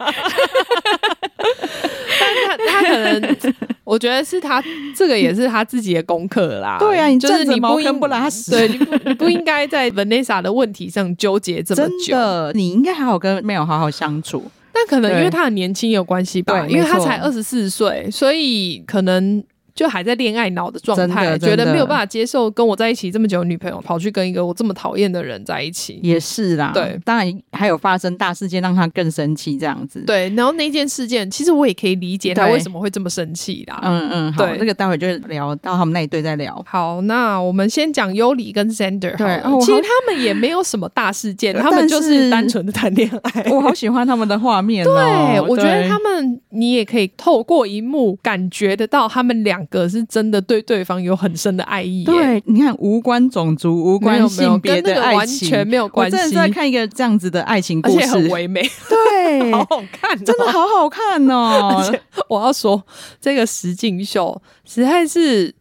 S2: 但他他可能，我觉得是他这个也是他自己的功课 啦。
S1: 对啊你
S2: 就是
S1: 站着
S2: 你
S1: 茅
S2: 不
S1: 坑
S2: 应
S1: 不拉屎
S2: 对，你不 你不应该在 Vanessa 的问题上纠结这么
S1: 真
S2: 久。
S1: 的，你应该好好跟 Mel 好好相处。
S2: 但可能因
S1: 对
S2: 为他很年轻有关系吧，
S1: 对
S2: 因为他
S1: 没错
S2: 才二十四岁，所以可能就还在恋爱脑的状态，
S1: 真的真
S2: 觉
S1: 的
S2: 得没有办法接受跟我在一起这么久的女朋友跑去跟一个我这么讨厌的人在一起。
S1: 也是啦，
S2: 对，
S1: 当然还有发生大事件让他更生气这样子。，
S2: 对，然后那件事件，其实我也可以理解他
S1: 对
S2: 为什么会这么生气啦。
S1: 嗯嗯，好，
S2: 对
S1: 这个待会就聊到他们那一对再聊。
S2: 好，那我们先讲尤里跟 Sander 好
S1: 对
S2: 了。
S1: 哦我好
S2: 其实他们也没有什么大事件，
S1: 对
S2: 他们 就
S1: 但
S2: 是
S1: 是
S2: 单纯的谈恋爱。
S1: 我好喜欢他们的画面、哦，
S2: 对，我觉得
S1: 对
S2: 他们，你也可以透过一幕感觉得到，他们两个是真的对对方有很深的爱意耶。
S1: 对，你看无关种族、无
S2: 没有，
S1: 关
S2: 没有
S1: 性别
S2: 跟
S1: 的
S2: 那个
S1: 爱
S2: 完
S1: 情，
S2: 全没有
S1: 我
S2: 关
S1: 真的是
S2: 系，
S1: 在看一个这样子的爱情
S2: 而
S1: 故
S2: 且
S1: 事，
S2: 很 唯美，
S1: 对，
S2: 好好看、哦
S1: 真的。好好看哦，
S2: 我要说，这个实境秀实在是，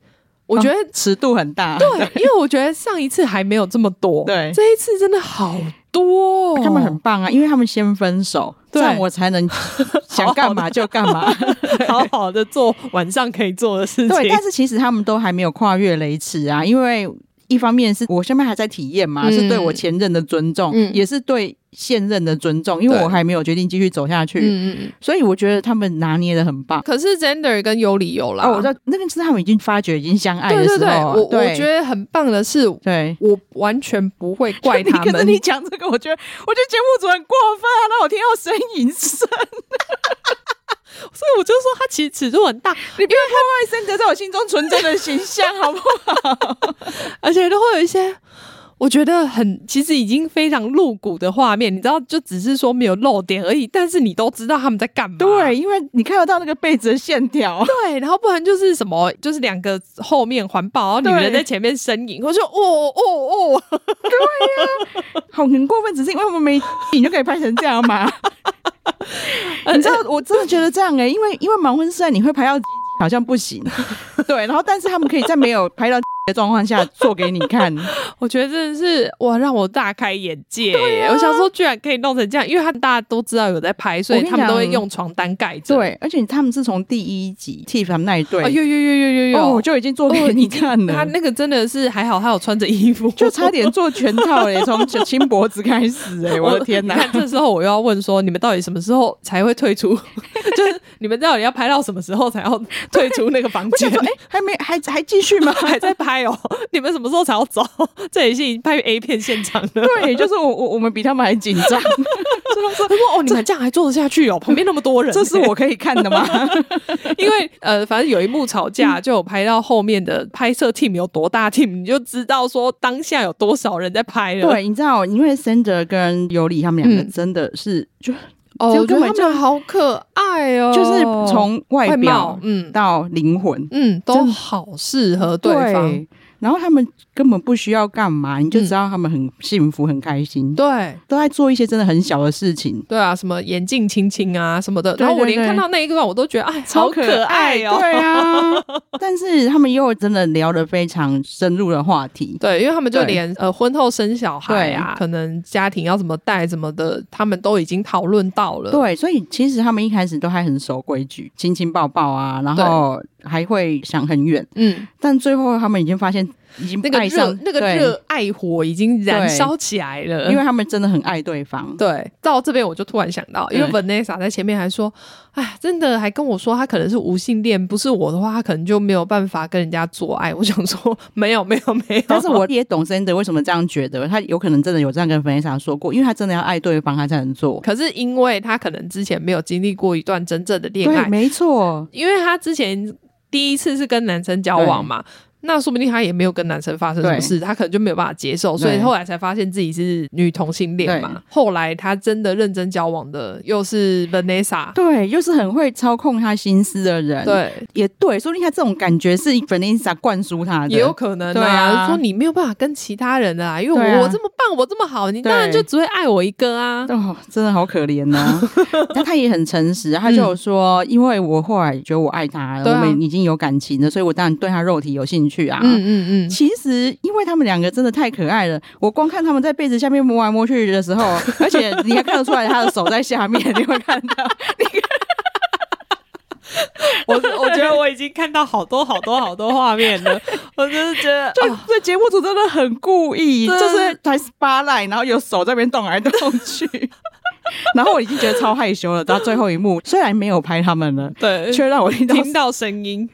S2: 我
S1: 哦
S2: 觉得、
S1: 尺度很大，
S2: 对， 因为我觉得上一次还没有这么多，
S1: 对
S2: 这一次真的好多哦、
S1: 他们很棒啊，因为他们先分手，这
S2: 对
S1: 样我才 能想干嘛就干嘛。
S2: 好好的做晚上可以做的事情。
S1: 对，但是其实他们都还没有跨越雷池啊，因为一方面是我现在还在体验嘛，
S2: 嗯
S1: 是对我前任的尊重，
S2: 嗯
S1: 也是对现任的尊重，因为
S2: 对
S1: 我还没有决定继续走下去，
S2: 嗯嗯嗯。
S1: 所以我觉得他们拿捏的很棒。
S2: 可是 Zander 跟尤里有啦，
S1: 啊，我知道那个是他们已经发觉已经相爱
S2: 对
S1: 的
S2: 对
S1: 时
S2: 对，
S1: 候啊，
S2: 我我觉得很棒的是，
S1: 对。
S2: 我完全不会怪 他
S1: 可是
S2: 们。
S1: 你讲这个，我觉得我觉得节目组很过分啊，让我听到呻吟声。
S2: 所以我就说他其实尺度很 大，
S1: 你不要破坏森德在我心中纯真的形象，好不好？
S2: 而且都会有一些我觉得很其实已经非常露骨的画面，你知道，就只是说没有露点而已，但是你都知道他们在干嘛。
S1: 对，因为你看得到那个被子的线条，
S2: 对，然后不然就是什么，就是两个后面环抱，然后
S1: 对
S2: 女人在前面呻吟，我说哦哦哦，
S1: 好很过分，只是因为我们没你就可以拍成这样吗？ 你知道，我真的觉得这样哎、因为因为盲婚试爱你会拍到好像不行，对，然后但是他们可以在没有拍到的状况下做给你 看，
S2: 我觉得真的是哇，让我大开眼界耶、我想说，居然可以弄成这样，因为他大家都知道有在拍，所以
S1: 我跟你
S2: 他们都会
S1: 讲
S2: 用床单盖着。
S1: 对，而且他们是从第一集 Tiff 他们那一对
S2: 啊，有有有有有有，
S1: 哎哦，就已经做给你看了，
S2: 他那个真的是还好，他有穿着衣服，
S1: 就差点做全套 嘞、从从亲脖子开始哎、我的天
S2: 你
S1: 哪！
S2: 看这时候我又要问说，你们到底什么时候才会退出？就是你们到底要拍到什么时候才要退出那个房
S1: 我想
S2: 间？
S1: 说，哎、还没还还继续吗？
S2: 哎还在拍哦，你们什么时候才要走？这里是已经拍 A 片现场了。
S1: 对，就是我我我们比他们还紧张，
S2: 他说：“哦，你们这样还做得下去哦？旁边那么多人，
S1: 这是我可以看的 吗？
S2: 因为呃，反正有一幕吵架，就有拍到后面的拍摄 team 有多大 team，你就知道说当下有多少人在拍了。
S1: 对，你知道，因为 Sander 跟尤里他们两个
S2: 嗯
S1: 真的是、就
S2: 哦，
S1: 这
S2: 我
S1: 样
S2: 觉
S1: 根
S2: 得
S1: 本
S2: 他们好可爱哦，
S1: 就是从外
S2: 外
S1: 表
S2: 嗯
S1: 到灵魂，
S2: 嗯，都
S1: 真的
S2: 好适合对
S1: 对
S2: 方。
S1: 然后他们根本不需要干嘛，你就知道他们很幸福、很开心，
S2: 嗯对
S1: 都在做一些真的很小的事情。
S2: 对啊，什么眼镜亲亲啊什么的，
S1: 对
S2: 然后我
S1: 对
S2: 连看
S1: 对
S2: 到那一段我都觉得哎，好爱哦、
S1: 对啊，但是他们又真的聊得非常深入的话题，
S2: 对，因为他们就
S1: 对
S2: 连呃婚后生小孩啊，
S1: 对
S2: 可能家庭要怎么带怎么的，他们都已经讨论到了。
S1: 对，所以其实他们一开始都还很守规矩，亲亲抱抱啊，然后还会想很远，
S2: 嗯，
S1: 但最后他们已经发现，已经
S2: 那个
S1: 爱
S2: 热
S1: 上
S2: 那个
S1: 对
S2: 热爱火已经燃
S1: 对
S2: 烧起来了，
S1: 因为他们真的很爱对方。
S2: 对，到这边我就突然想到，因
S1: 嗯
S2: 为 Vanessa 在前面还说，哎，真的还跟我说她可能是无性恋，不是我的话，她可能就没有办法跟人家做爱。我想说， 没有，没有，没有。
S1: 但是我也懂 Sander 为什么这样觉得，他有可能真的有这样跟 Vanessa 说过，因为他真的要爱对方，他才能做。
S2: 可是因为她可能之前没有经历过一段真正的恋
S1: 对，
S2: 爱，
S1: 没错，
S2: 因为她之前第一次是跟男生交往嘛。那说不定她也没有跟男生发生什么
S1: 对
S2: 事，她可能就没有办法接受，所以
S1: 对
S2: 后来才发现自己是女同性恋嘛
S1: 对。
S2: 后来她真的认真交往的又是 Vanessa，
S1: 对，又是很会操控他心思的人。，
S2: 对，
S1: 也对，说不定他这种感觉是 Vanessa 灌输他的。
S2: 也有可能
S1: 对啊
S2: 啊，说你没有办法跟其他人啊，因为我、
S1: 对啊
S2: 我这么棒，我这么好，你当然
S1: 对
S2: 就只会爱我一个啊。
S1: 哦，真的好可怜哦。 但他也很诚实，他就有说，因为我后来觉得我爱他，
S2: 对啊
S1: 我们已经有感情了，所以我当然对他肉体有兴趣啊。
S2: 嗯嗯嗯，
S1: 其实，因为他们两个真的太可爱了，我光看他们在被子下面摸来摸去的 时候，而且你还看得出来他的手在下面， 你会看到。
S2: 我我觉得我已经看到好多好多好多画面了， 我真是觉得
S1: 就这节目组真的很故意，
S2: 哦对
S1: 就是才 spotlight，然后有手在那边动来动去， 然后我已经觉得超害羞了。到最后一幕，虽然没有拍他们了，
S2: 对，
S1: 却让我听到
S2: 听到声音，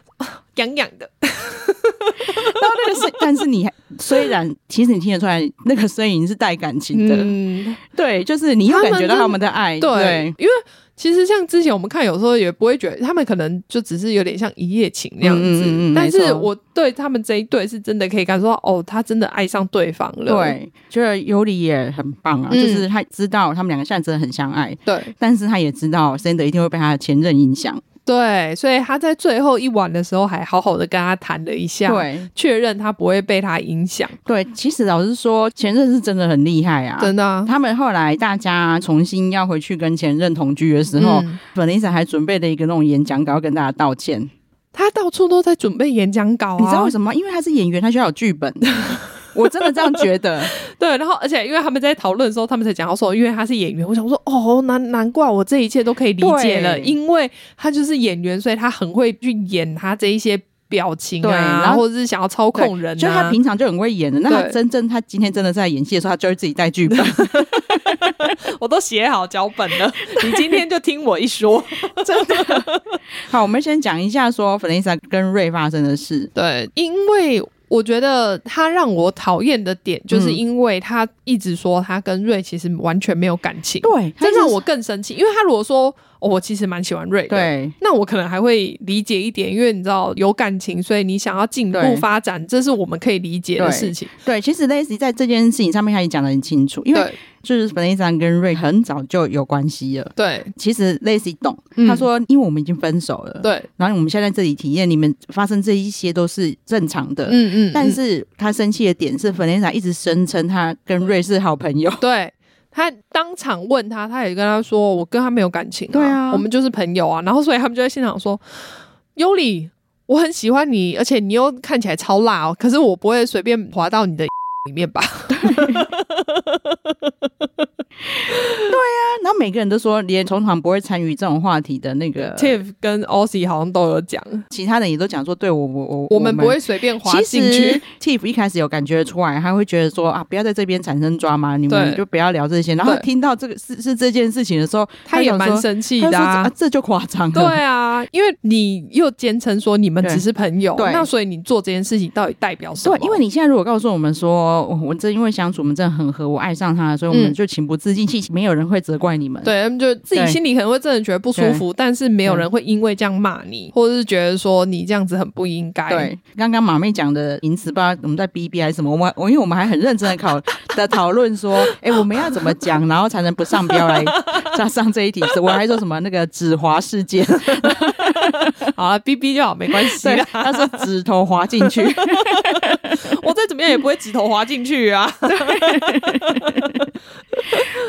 S2: 痒痒的，
S1: 然后那个声， 但是你还虽然其实你听得出来，那个声音是带感情的，
S2: 嗯，
S1: 对，就是你又感觉到他
S2: 他们
S1: 们的爱，
S2: 对，因为其实像之前我们看，有时候也不会觉得他们可能就只是有点像一夜情那样子，
S1: 嗯嗯嗯
S2: 但
S1: 没
S2: 是
S1: 错
S2: 我对他们这一对是真的可以感受到，哦，他真的爱上对方了，
S1: 对，觉得尤里也很棒啊，
S2: 嗯
S1: 就是他知道他们两个现在真的很相爱，
S2: 对，
S1: 但是他也知道 Sander 一定会被他的前任影响，
S2: 对，所以他在最后一晚的时候还好好的跟他谈了一下，，
S1: 对。
S2: 确认他不会被他影响，
S1: 对，其实老实说，前任是真的很厉害啊！
S2: 真的、啊。
S1: 他们后来大家重新要回去跟前任同居的时候，
S2: 嗯
S1: 本 i s a 还准备了一个那种演讲稿要跟大家道歉。
S2: 他到处都在准备演讲稿、啊，
S1: 你知道为什么吗？因为他是演员，他需要有剧本。我真的这样觉得。
S2: 对，然后而且因为他们在讨论的时候，他们才讲到说，因为他是演员，我想说，哦，难难怪我这一切都可以理解了，
S1: 对
S2: 因为他就是演员，所以他很会去演他这一些表情
S1: 对
S2: 啊，
S1: 然后
S2: 或者是想要操控人、啊，
S1: 就他平常就很会演的，那他
S2: 对
S1: 真正他今天真的在演戏的时候，他就会自己带剧本。
S2: 我都写好脚本了，你今天就听我 一说，
S1: 好，我们先讲一下说 Vanessa 跟瑞发生的事。
S2: 对，因为我觉得他让我讨厌的点，就是
S1: 嗯
S2: 因为他一直说他跟瑞其实完全没有感情，
S1: 对，
S2: 这
S1: 这
S2: 让
S1: 让
S2: 我
S1: 我
S2: 更生气。因为他如果说、哦我其实蛮喜欢瑞的，
S1: 对
S2: 那我可能还会理解一点，因为你知道有感情，所以你想要进一步
S1: 对
S2: 发展，这是我们可以理解的
S1: 对
S2: 事情。
S1: 对，其实 Lacy 在这件事情上面他也讲的很清楚，因为
S2: 对
S1: 就是 Vanessa 跟瑞很早就有关系了。
S2: 对
S1: 其实 Lacy 懂，
S2: 嗯
S1: 他说因为我们已经分手了，，
S2: 对，
S1: 然后我们现在在这里体验，你们发生这一些都是正常的。
S2: 嗯嗯，
S1: 但
S2: 嗯
S1: 是他生气的点是，Vanessa 一直声称他跟瑞是好朋友。
S2: 对他当场问他，他也跟他说：“我跟他没有感情、
S1: 对啊
S2: 我们就是朋友啊。”然后所以他们就在现场说：“尤里，我很喜欢你，而且你又看起来超辣哦，可是我不会随便滑到你的里面吧
S1: 然后每个人都说，连通常不会参与这种话题的那个，
S2: ？”Tiff 跟 Ozzy 好像都有讲，
S1: 其他人也都讲说，对我我我
S2: 我们不会。随便滑
S1: 其
S2: 进
S1: 实
S2: 去。
S1: Tiff 一开始有感觉出来，他会觉得说啊，不要在这边产生抓嘛，你们
S2: 对
S1: 就不要聊这些。然后
S2: 对
S1: 听到这个是是这件事情的时候，
S2: 他也
S1: 想
S2: 蛮
S1: 说
S2: 生气
S1: 他就
S2: 的、
S1: 说
S2: 啊
S1: 啊，，这就夸张
S2: 对
S1: 了。
S2: 啊，因为你又坚称说你们
S1: 对
S2: 只是朋友，
S1: 对
S2: 那所以你做这件事情到底代表什么？
S1: 对，因为你现在如果告诉我们说，我我真因为相处我们真的很合，我爱上他了，所以我
S2: 嗯
S1: 们就情不自禁，其实没有人会责怪你们。
S2: 对，他们就自己
S1: 对
S2: 心里可能会真的觉得不舒服，但是没有人会因为这样骂你，或者是觉得说你这样子很不应该。
S1: 对，刚刚马妹讲的名词，不知道我们在 B B 还是什么，我们我因为我们还很认真的考 的讨论说，哎、我们要怎么讲，然后才能不上标来加上这一题？我还说什么那个指滑事件，
S2: 好了，逼逼就好，没关系
S1: 对
S2: 啦，。
S1: 他说指头滑进去，
S2: 我再怎么样也不会指头滑进去啊。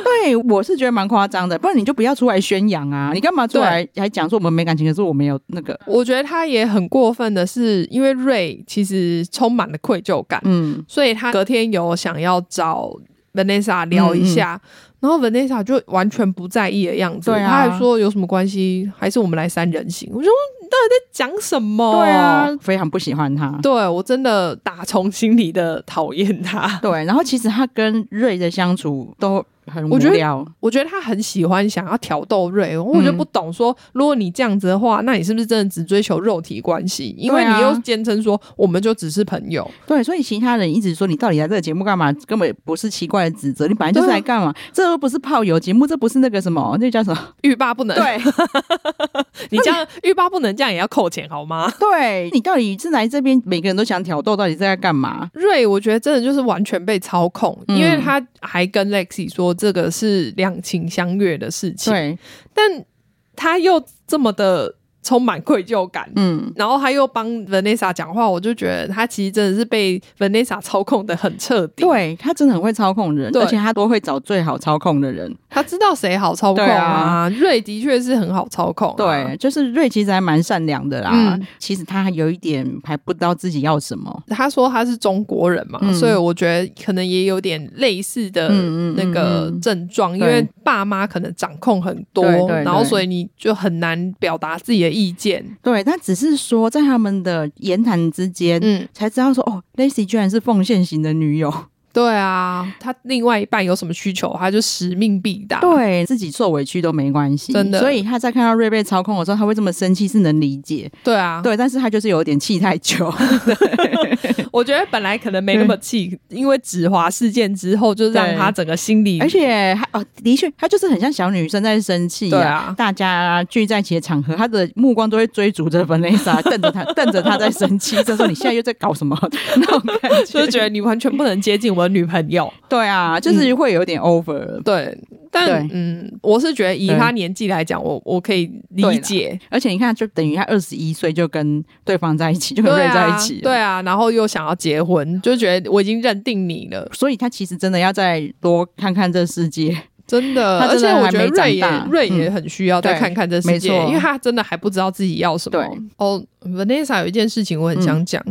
S1: 对，我是觉得蛮夸张的，不然你就不要出来宣扬啊！你干嘛出来还讲说我们没感情，可是我没有那个，
S2: 我觉得他也很过分的是，因为瑞其实充满了愧疚感，
S1: 嗯，
S2: 所以他隔天有想要找 Vanessa 聊一下，然后 Vanessa 就完全不在意的样子，
S1: 对啊
S2: 他还说有什么关系，还是我们来三人行。我说你到底在讲什么？
S1: 对啊，，非常不喜欢他。
S2: 对我真的打从心里的讨厌他。
S1: 对，然后其实他跟瑞的相处都很无
S2: 我觉得
S1: 聊，
S2: 我觉得他很喜欢想要挑逗瑞，我就不懂说，如果你这样子的话，那你是不是真的只追求肉体关系？因为
S1: 对啊
S2: 你又坚称说我们就只是朋友。
S1: 对，所以其他人一直说你到底来这个节目干嘛，根本不是奇怪的指责，你本来就是来干
S2: 啊
S1: 嘛？这又不是炮友节目，这不是那个什么，那叫什 么？
S2: 欲罢不能，
S1: 对
S2: 你这样欲罢不能，这样也要扣钱好吗？
S1: 对，你到底是来这边，每个人都想挑逗，到底是在干嘛？
S2: 瑞，我觉得真的就是完全被操控，
S1: 嗯
S2: 因为他还跟 Lexi 说这个是两情相悦的事情，
S1: 对，
S2: 但他又这么的充满愧疚感。
S1: 嗯，
S2: 然后他又帮 Vanessa 讲话，我就觉得他其实真的是被 Vanessa 操控的很彻底。，
S1: 对他真的很会操控人，
S2: 对
S1: 而且他都会找最好操控的人。
S2: 他知道谁好操控啊。瑞的确是很好操控、啊
S1: 对，，就是瑞其实还蛮善良的啦。
S2: 嗯
S1: 其实他还有一点还不知道自己要什么。
S2: 他说他是中国人嘛，
S1: 嗯
S2: 所以我觉得可能也有点类似的
S1: 嗯嗯嗯
S2: 那个
S1: 嗯
S2: 症状，因
S1: 对
S2: 为爸妈可能掌控很多，
S1: 对对对
S2: 然后所以你就很难表达自己的意见。
S1: 对，他只是说在他们的言谈之间。
S2: 嗯，
S1: 才知道说哦，Lacy 居然是奉献型的女友，
S2: 对啊，他另外一半有什么需求，他就使命必达。
S1: 对自己受委屈都没关系，
S2: 真的
S1: 所以他在看到瑞被操控的时候，他会这么生气是能理解，
S2: 对啊，
S1: 对，但是他就是有点气太久，
S2: 我觉得本来可能没那么气，因为止华事件之后，就让
S1: 对
S2: 他整个心理，
S1: 而且他哦，的确，他就是很像小女生在生气、
S2: 对啊
S1: 大家聚在一起的场合，他的目光都会追逐着 Vanessa，瞪着他，瞪着他在生气，就说你现在又在搞什么那种感 觉，
S2: 啊就是觉得你完全不能接近我的女朋友。
S1: 对啊，就是会有点 over 了。
S2: 对，但
S1: 对
S2: 嗯，我是觉得以
S1: 对
S2: 他年纪来讲，我我可以
S1: 对
S2: 理
S1: 啦
S2: 解，
S1: 而且你看，就等于他二十一岁就跟对方在一起，就跟瑞在一起了
S2: 对啊，对啊，然后又想要结婚，就觉得我已经认定你了，
S1: 所以他其实真的要再多看看这世界。
S2: 真的。
S1: 他
S2: 而
S1: 真
S2: 且
S1: 的
S2: 我
S1: 还
S2: 觉得
S1: 没长
S2: 瑞也
S1: 大
S2: 瑞也很需要再
S1: 对
S2: 看看这世界，
S1: 没错
S2: 因为他真的还不知道自己要什么
S1: 对。
S2: 哦、v a n e s s a 有一件事情我很想讲，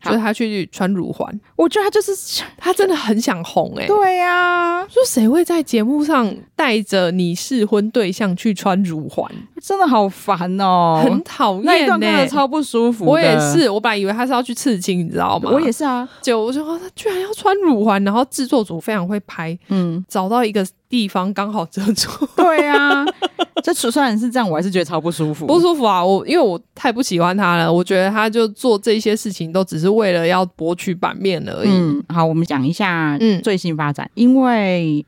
S1: 好
S2: 就是他去穿乳环，
S1: 我觉得他就是
S2: 他真的很想红哎、欸。
S1: 对呀、
S2: 说谁会在节目上带着你试婚对象去穿乳环，
S1: 真的好烦哦、
S2: 很讨厌、欸。
S1: 那一段看的超不舒服的。
S2: 我也，是，我本来以为他是要去刺青，你知道 吗？
S1: 我也是啊，
S2: 结果我就说他居然要穿乳环，然后制作组非常会拍，
S1: 嗯，
S2: 找到一个地方刚好遮住，
S1: 对啊， 这虽然是这样，我还是觉得超不舒服。
S2: 不舒服啊！我因为我太不喜欢他了，我觉得他就做这些事情都只是为了要博取版面而已。
S1: 嗯，好，我们讲一下
S2: 嗯
S1: 最新发展，因为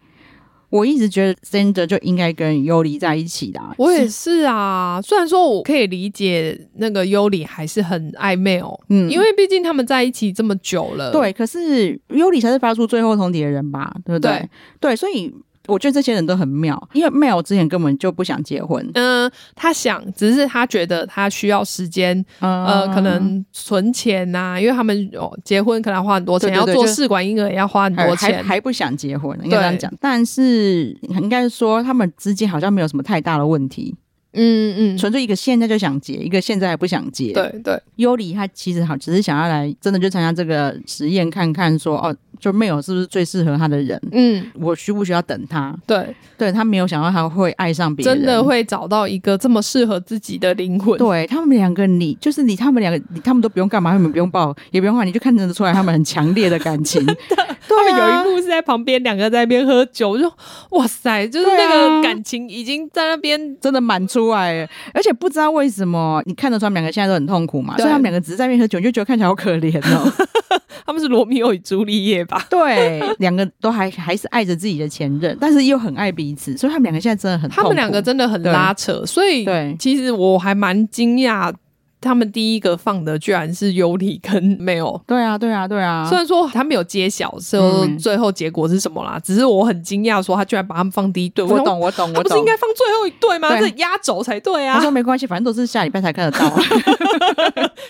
S1: 我一直觉得 Sander 就应该跟尤里在一起的。
S2: 我也是啊，虽然说我可以理解那个尤里还是很暧昧哦，
S1: 嗯
S2: 因为毕竟他们在一起这么久了，，
S1: 对，可是尤里才是发出最后通牒的人吧，对不对？
S2: 对
S1: 对，所以我觉得这些人都很妙，因为 Mel 之前根本就不想结婚，
S2: 嗯、他想，只是他觉得他需要时间呃，
S1: 啊
S2: 可能存钱呐、因为他们哦结婚可能要花很多钱，
S1: 对对对
S2: 要做
S1: 就
S2: 试管婴儿也要花很
S1: 还
S2: 多
S1: 还
S2: 钱。
S1: 还不想结婚，应该这样
S2: 对
S1: 讲。但是应该说他们之间好像没有什么太大的问题，
S2: 嗯嗯，
S1: 纯粹一个现在就想结，一个现在还不想结。，
S2: 对对，
S1: 尤里他其实好只是想要来真的就参加这个实验看看说，哦，就 Mel 是不是最适合他的人。
S2: 嗯
S1: 我需不需要等他？
S2: 对，
S1: 对他没有想到他会爱上别人，
S2: 真的会找到一个这么适合自己的灵魂。
S1: 对啊他们两个你，就是你，他们两个，你他们都不用干嘛，他们不用抱，也不用画，你就看得出来他们很强烈的感 情。
S2: 他
S1: 对、
S2: 们有一
S1: 啊，
S2: 幕是在旁边两个在那边喝酒，我就哇塞，就是那
S1: 对
S2: 个
S1: 啊
S2: 感情已经在那边。
S1: 真的满出来了，而且不知道为什么，你看得出来他们两个现在都很痛苦嘛，
S2: 对
S1: 所以他们两个只是在那边喝酒，你就觉得看起来好可怜哦。
S2: 他们是罗密欧与朱丽叶吧？
S1: 对，两个都还还是爱着自己的前任，但是又很爱彼此，所以他们两个现在真的很痛
S2: 他
S1: 苦
S2: 们两个真的很拉扯，所以
S1: 对
S2: 其实我还蛮惊讶他们第一个放的居然是尤里跟没有。
S1: 对啊，对啊，对啊
S2: 虽。然说他没有揭晓说
S1: 嗯
S2: 最后结果是什么啦，只是我很惊讶，说他居然把他们放第一对。
S1: 我
S2: 想
S1: 懂，我懂，
S2: 他
S1: 我
S2: 不是
S1: 懂
S2: 应。该放最后一对吗？这
S1: 对
S2: 压轴才对
S1: 他
S2: 啊！
S1: 说没关系，反正都是下礼拜才看得到。啊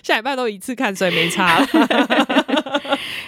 S2: 下礼拜都一次看，所以没 差了。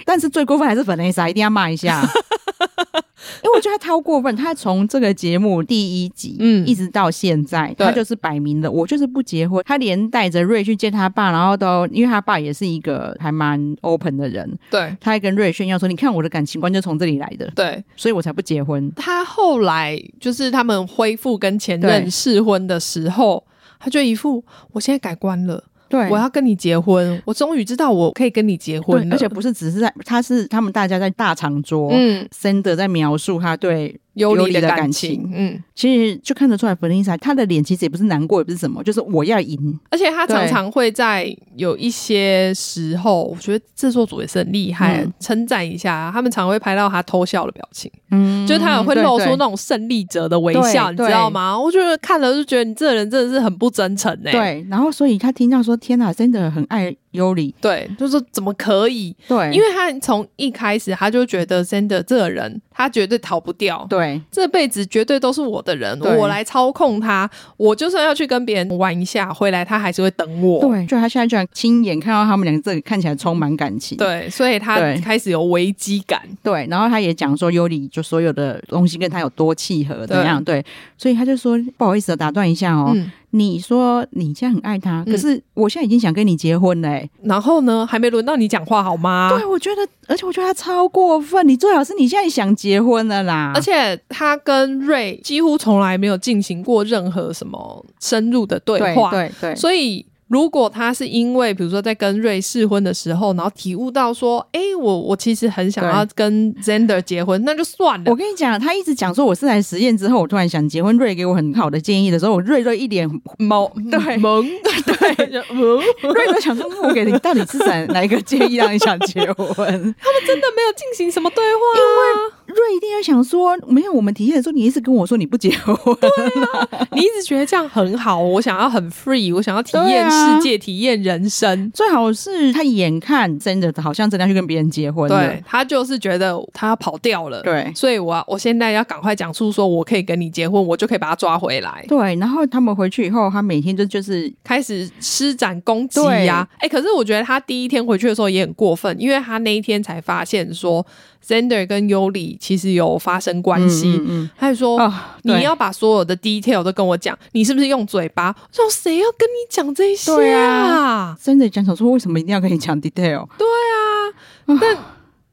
S1: 但是最过分还是粉 S 啊，一定要骂一 下，因为我觉得他超过分。他从这个节目第一集，
S2: 嗯
S1: 嗯，一直到现在，
S2: 对
S1: 他就是摆明了我就是不结婚。他连带着瑞去见他爸，然后都因为他爸也是一个还蛮 open 的人，
S2: 对
S1: 他还跟瑞炫耀说：“你看我的感情观就从这里来的，
S2: 对，
S1: 所以我才不结婚。
S2: 他后来就是他们恢复跟前任
S1: 对
S2: 试婚的时候，他就一副我现在改观了，”
S1: 对
S2: 我要跟你结婚，我终于知道我可以跟你结婚
S1: 对，
S2: 了，
S1: 而且不是只是在，他是他们大家在大长桌，
S2: 嗯，
S1: 森德在描述他对。
S2: 有
S1: 有理
S2: 理的
S1: 的
S2: 感
S1: 感
S2: 情
S1: 情，
S2: 嗯，
S1: 其实就看得出来，弗林莎她的脸其实也不是难过，也不是什么，就是我要赢。
S2: 而且他
S1: 对
S2: 常常会在有一些时候，我觉得制作组也是很厉害，
S1: 嗯
S2: 称赞一下啊他们常会拍到他偷笑的表情，
S1: 嗯
S2: 就是他也会露出
S1: 对
S2: 那种胜利者的微笑，
S1: 对
S2: 你
S1: 对
S2: 知道吗？我觉得看了就觉得你这个人真的是很不真诚哎、
S1: 对，然后所以他听到说：“天哪，真的很爱尤里。
S2: 对，就是怎么可以？”
S1: 对，
S2: 因为他从一开始他就觉得 Sander 这个人，他绝对逃不掉，
S1: 对
S2: 这辈子绝对都是我的人，
S1: 对
S2: 我来操控他。我就算要去跟别人玩一下，回来他还是会等我。
S1: 对，就他现在居然亲眼看到他们两个这里看起来充满感情。
S2: 对，所以他
S1: 对
S2: 开始有危机感。
S1: 对，然后他也讲说尤里就所有的东西跟他有多契合怎样对，所以他就说：“不好意思啊，打断一下哦，
S2: 嗯，
S1: 你说你现在很爱他，
S2: 嗯
S1: 可是我现在已经想跟你结婚了、欸。
S2: 然后呢，还没轮到你讲话好吗？
S1: 对，我觉得，而且我觉得他超过分。你最好是你现在想结婚了啦，
S2: 而且他跟瑞几乎从来没有进行过任何什么深入的对
S1: 对
S2: 话，
S1: 对对
S2: 所以，如果他是因为比如说在跟瑞试婚的时候，然后体悟到说，哎、我我其实很想要跟 Zander 结婚，那就算了
S1: 我。跟你讲，他一直讲说我是来实验之后，我突然想结婚。瑞给我很好的建议的时候，我瑞瑞一脸
S2: 萌
S1: 对
S2: 萌对嗯萌，
S1: 瑞瑞想说，我给你到底是哪哪一个建议让你想结婚？
S2: 他们真的没有进行什么对啊话、
S1: 瑞一定要想说，没有，我们体验的时候，你一直跟我说你不结婚，
S2: 啊，你一直觉得这样很好，我想要很 free，我想要体
S1: 嗯对
S2: 验
S1: 啊
S2: 世界，体验人生。
S1: 最好是他眼看真的好像真的要去跟别人结婚了
S2: 对，他就是觉得他要跑掉了，
S1: 对
S2: 所以我要我现在要赶快讲出说我可以跟你结婚，我就可以把他抓回来。
S1: 对，然后他们回去以后，他每天就就是
S2: 开始施展攻击
S1: 对
S2: 呀、哎、可是我觉得他第一天回去的时候也很过分，因为他那一天才发现说，Zander 跟尤里其实有发生关系。
S1: 嗯嗯
S2: 他就说、
S1: 嗯啊，对
S2: 你要把所有的 detail 都跟我讲，你是不是用嘴巴？我说谁要跟你讲这些
S1: 对
S2: 啊？
S1: 真的讲想说，为什么一定要跟你讲 detail？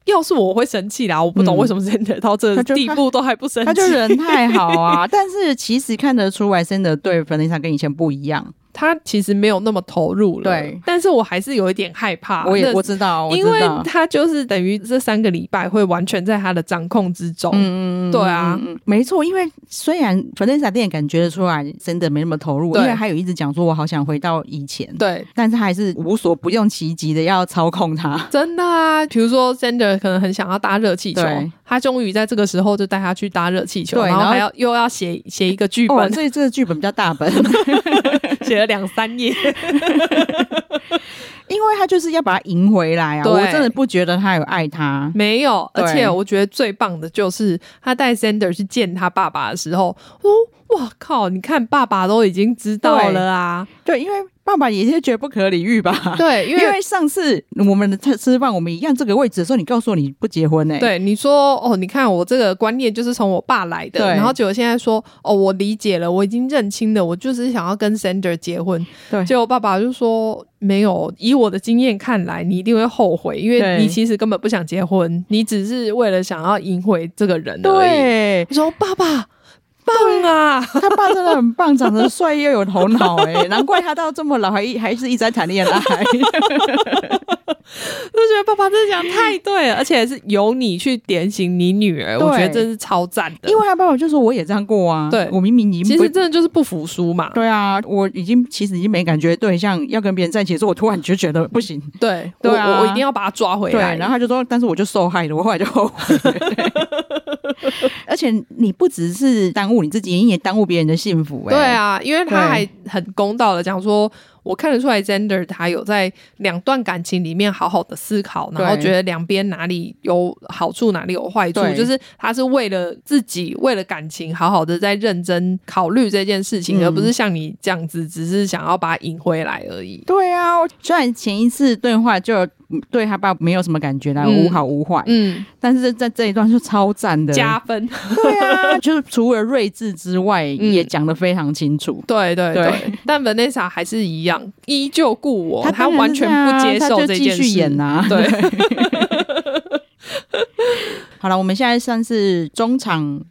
S2: 要是我会生气啦，我不懂
S1: 嗯
S2: 为什么 Zander 到这个
S1: 他就
S2: 地步都还不生气。
S1: 他就人太好啊， 但是其实看得出来，真的对粉 e 莎跟以前不一样。
S2: 他其实没有那么投入了，
S1: 对
S2: 但是我还是有一点害怕。
S1: 我也
S2: 那
S1: 我知道，啊我知
S2: 因为
S1: 道
S2: 他就是等于这三个礼拜会完全在他的掌控之中。
S1: 嗯
S2: 对啊
S1: 嗯嗯没错。因为虽然粉 e 莎店感觉得出来，真的没那么投入，
S2: 对
S1: 因为他有一直讲说我好想回到以前，
S2: 对，
S1: 但是他还是无所不用其极的要操控他。
S2: 真的啊，比如说 Sander 可能很想要搭热气球
S1: 对，
S2: 他终于在这个时候就带他去搭热气球，
S1: 对
S2: 然后
S1: 然后
S2: 还要又要写写一个剧
S1: 哦，
S2: 本，
S1: 这这个剧本比较大本，
S2: 写了两三页。
S1: 因为他就是要把他赢回来啊！
S2: 对
S1: 我真的不觉得他有爱他，
S2: 没有，
S1: 对
S2: 而且我觉得最棒的就是他带 Sander 去见他爸爸的时候，我说：“哇靠，你看爸爸都已经知道了啊。
S1: 对，因为爸爸也是觉得不可理喻吧”。
S2: 对， 因
S1: 因为上次我们的吃吃饭，我们一样这个位置的时候，你告诉我你不结婚呢、欸？
S2: 对你说哦，你看我这个观念就是从我爸来的，
S1: 对
S2: 然后结果现在说哦，我理解了，我已经认清了，我就是想要跟 Sander 结婚。
S1: 对
S2: 结果爸爸就说没有，以我的经验看来，你一定会后悔，因为
S1: 对
S2: 你其实根本不想结婚，你只是为了想要赢回这个人而已。
S1: 对，
S2: 我说爸爸棒啊，
S1: 他爸真的很棒，长得帅又有头脑、哎，难怪他到这么老还一还是一直在谈恋爱。
S2: 我就觉得爸爸这讲太对了，而且是由你去点醒你女儿，我觉
S1: 对
S2: 得这是超赞的
S1: 因。为他爸爸就说我也这样过啊，
S2: 对
S1: 我明明已经
S2: 其
S1: 不
S2: 实真的就是不服输嘛，
S1: 对啊，我已经其实已经没感觉对象要跟别人在一起的时候，我突然就觉得不行，
S2: 对，
S1: 对
S2: 我
S1: 啊
S2: 我我一定要把他抓回
S1: 对，
S2: 来。
S1: 然后他就说，但是我就受害了，我后来就后悔了而且你不只
S2: 啊
S1: 是耽误你自己，你也耽误别人的幸福、哎，
S2: 对，啊，因为他还很公道的讲说，我看得出来，Zander 他有在两段感情里面好好的思考，然后
S1: 对
S2: 觉得两边哪里有好处，哪里有坏处，
S1: 对
S2: 就是他是为了自己，为了感情，好好的在认真考虑这件事情，
S1: 嗯
S2: 而不是像你这样子，只是想要把它引回来而已。
S1: 对啊，我虽然前一次对话就嗯对他爸没有什么感觉啦，
S2: 嗯
S1: 无好无坏，
S2: 嗯，
S1: 但是在这一段就超赞的，
S2: 加分，
S1: 对啊，就是除了睿智之外，
S2: 嗯
S1: 也讲得非常清楚。
S2: 对对对。
S1: 对
S2: 但 Vanessa 还是一样，依旧故我，他
S1: 当然
S2: 完
S1: 是
S2: 全
S1: 啊
S2: 不接
S1: 他
S2: 受
S1: 就
S2: 这
S1: 继
S2: 件
S1: 续
S2: 事。
S1: 演啊，
S2: 对，
S1: 好了，我们现在算是中场，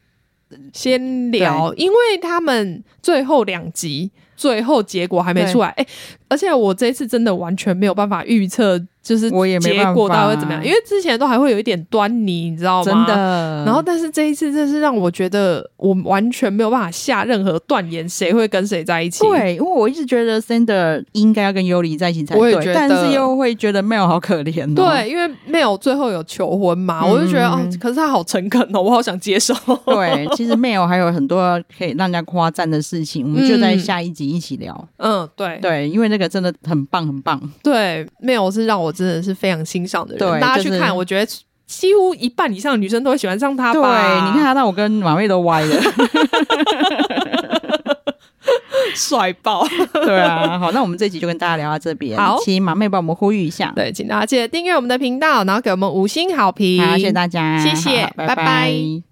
S2: 先聊，因为他们最后两集最后结果还没出来，哎、而且我这一次真的完全没有办法预测，就是
S1: 我也没
S2: 结
S1: 办
S2: 果
S1: 法
S2: 到底会怎么样，因为之前都还会有一点端倪，你知道吗？
S1: 真。的。嗯
S2: 然后，但是这一次，真是让我觉得我完全没有办法下任何断言，谁会跟谁在一起。，
S1: 对，因为我一直觉得 Sander 应该要跟尤里在一起才
S2: 我也
S1: 对
S2: 觉，
S1: 但
S2: 得
S1: 是又会觉得 Mel 好可怜哦。
S2: 对，因为 Mel 最后有求婚嘛，我就觉得哦
S1: 嗯，
S2: 可是他好诚恳哦，我好想接受。
S1: 对，其实 Mel 还有很多可以让人家夸赞的事情，我们就在下一集一起聊。
S2: 嗯，对，
S1: 对，因为那个真的很棒，很棒。
S2: 对，没有是让我真的是非常欣赏的人。
S1: 对
S2: 大家去
S1: 就是
S2: 看，我觉得几乎一半以上的女生都会喜欢上他
S1: 对，
S2: 吧？
S1: 你看，他让我跟马妹都歪了。
S2: 帅 爆！
S1: 对啊，好，那我们这集就跟大家聊到这边。
S2: 好
S1: 请马妹帮我们呼吁一下。
S2: 对，请大家记得订阅我们的频道，然后给我们五星好评。
S1: 好，谢谢大家，
S2: 谢谢
S1: 好
S2: 拜拜
S1: 拜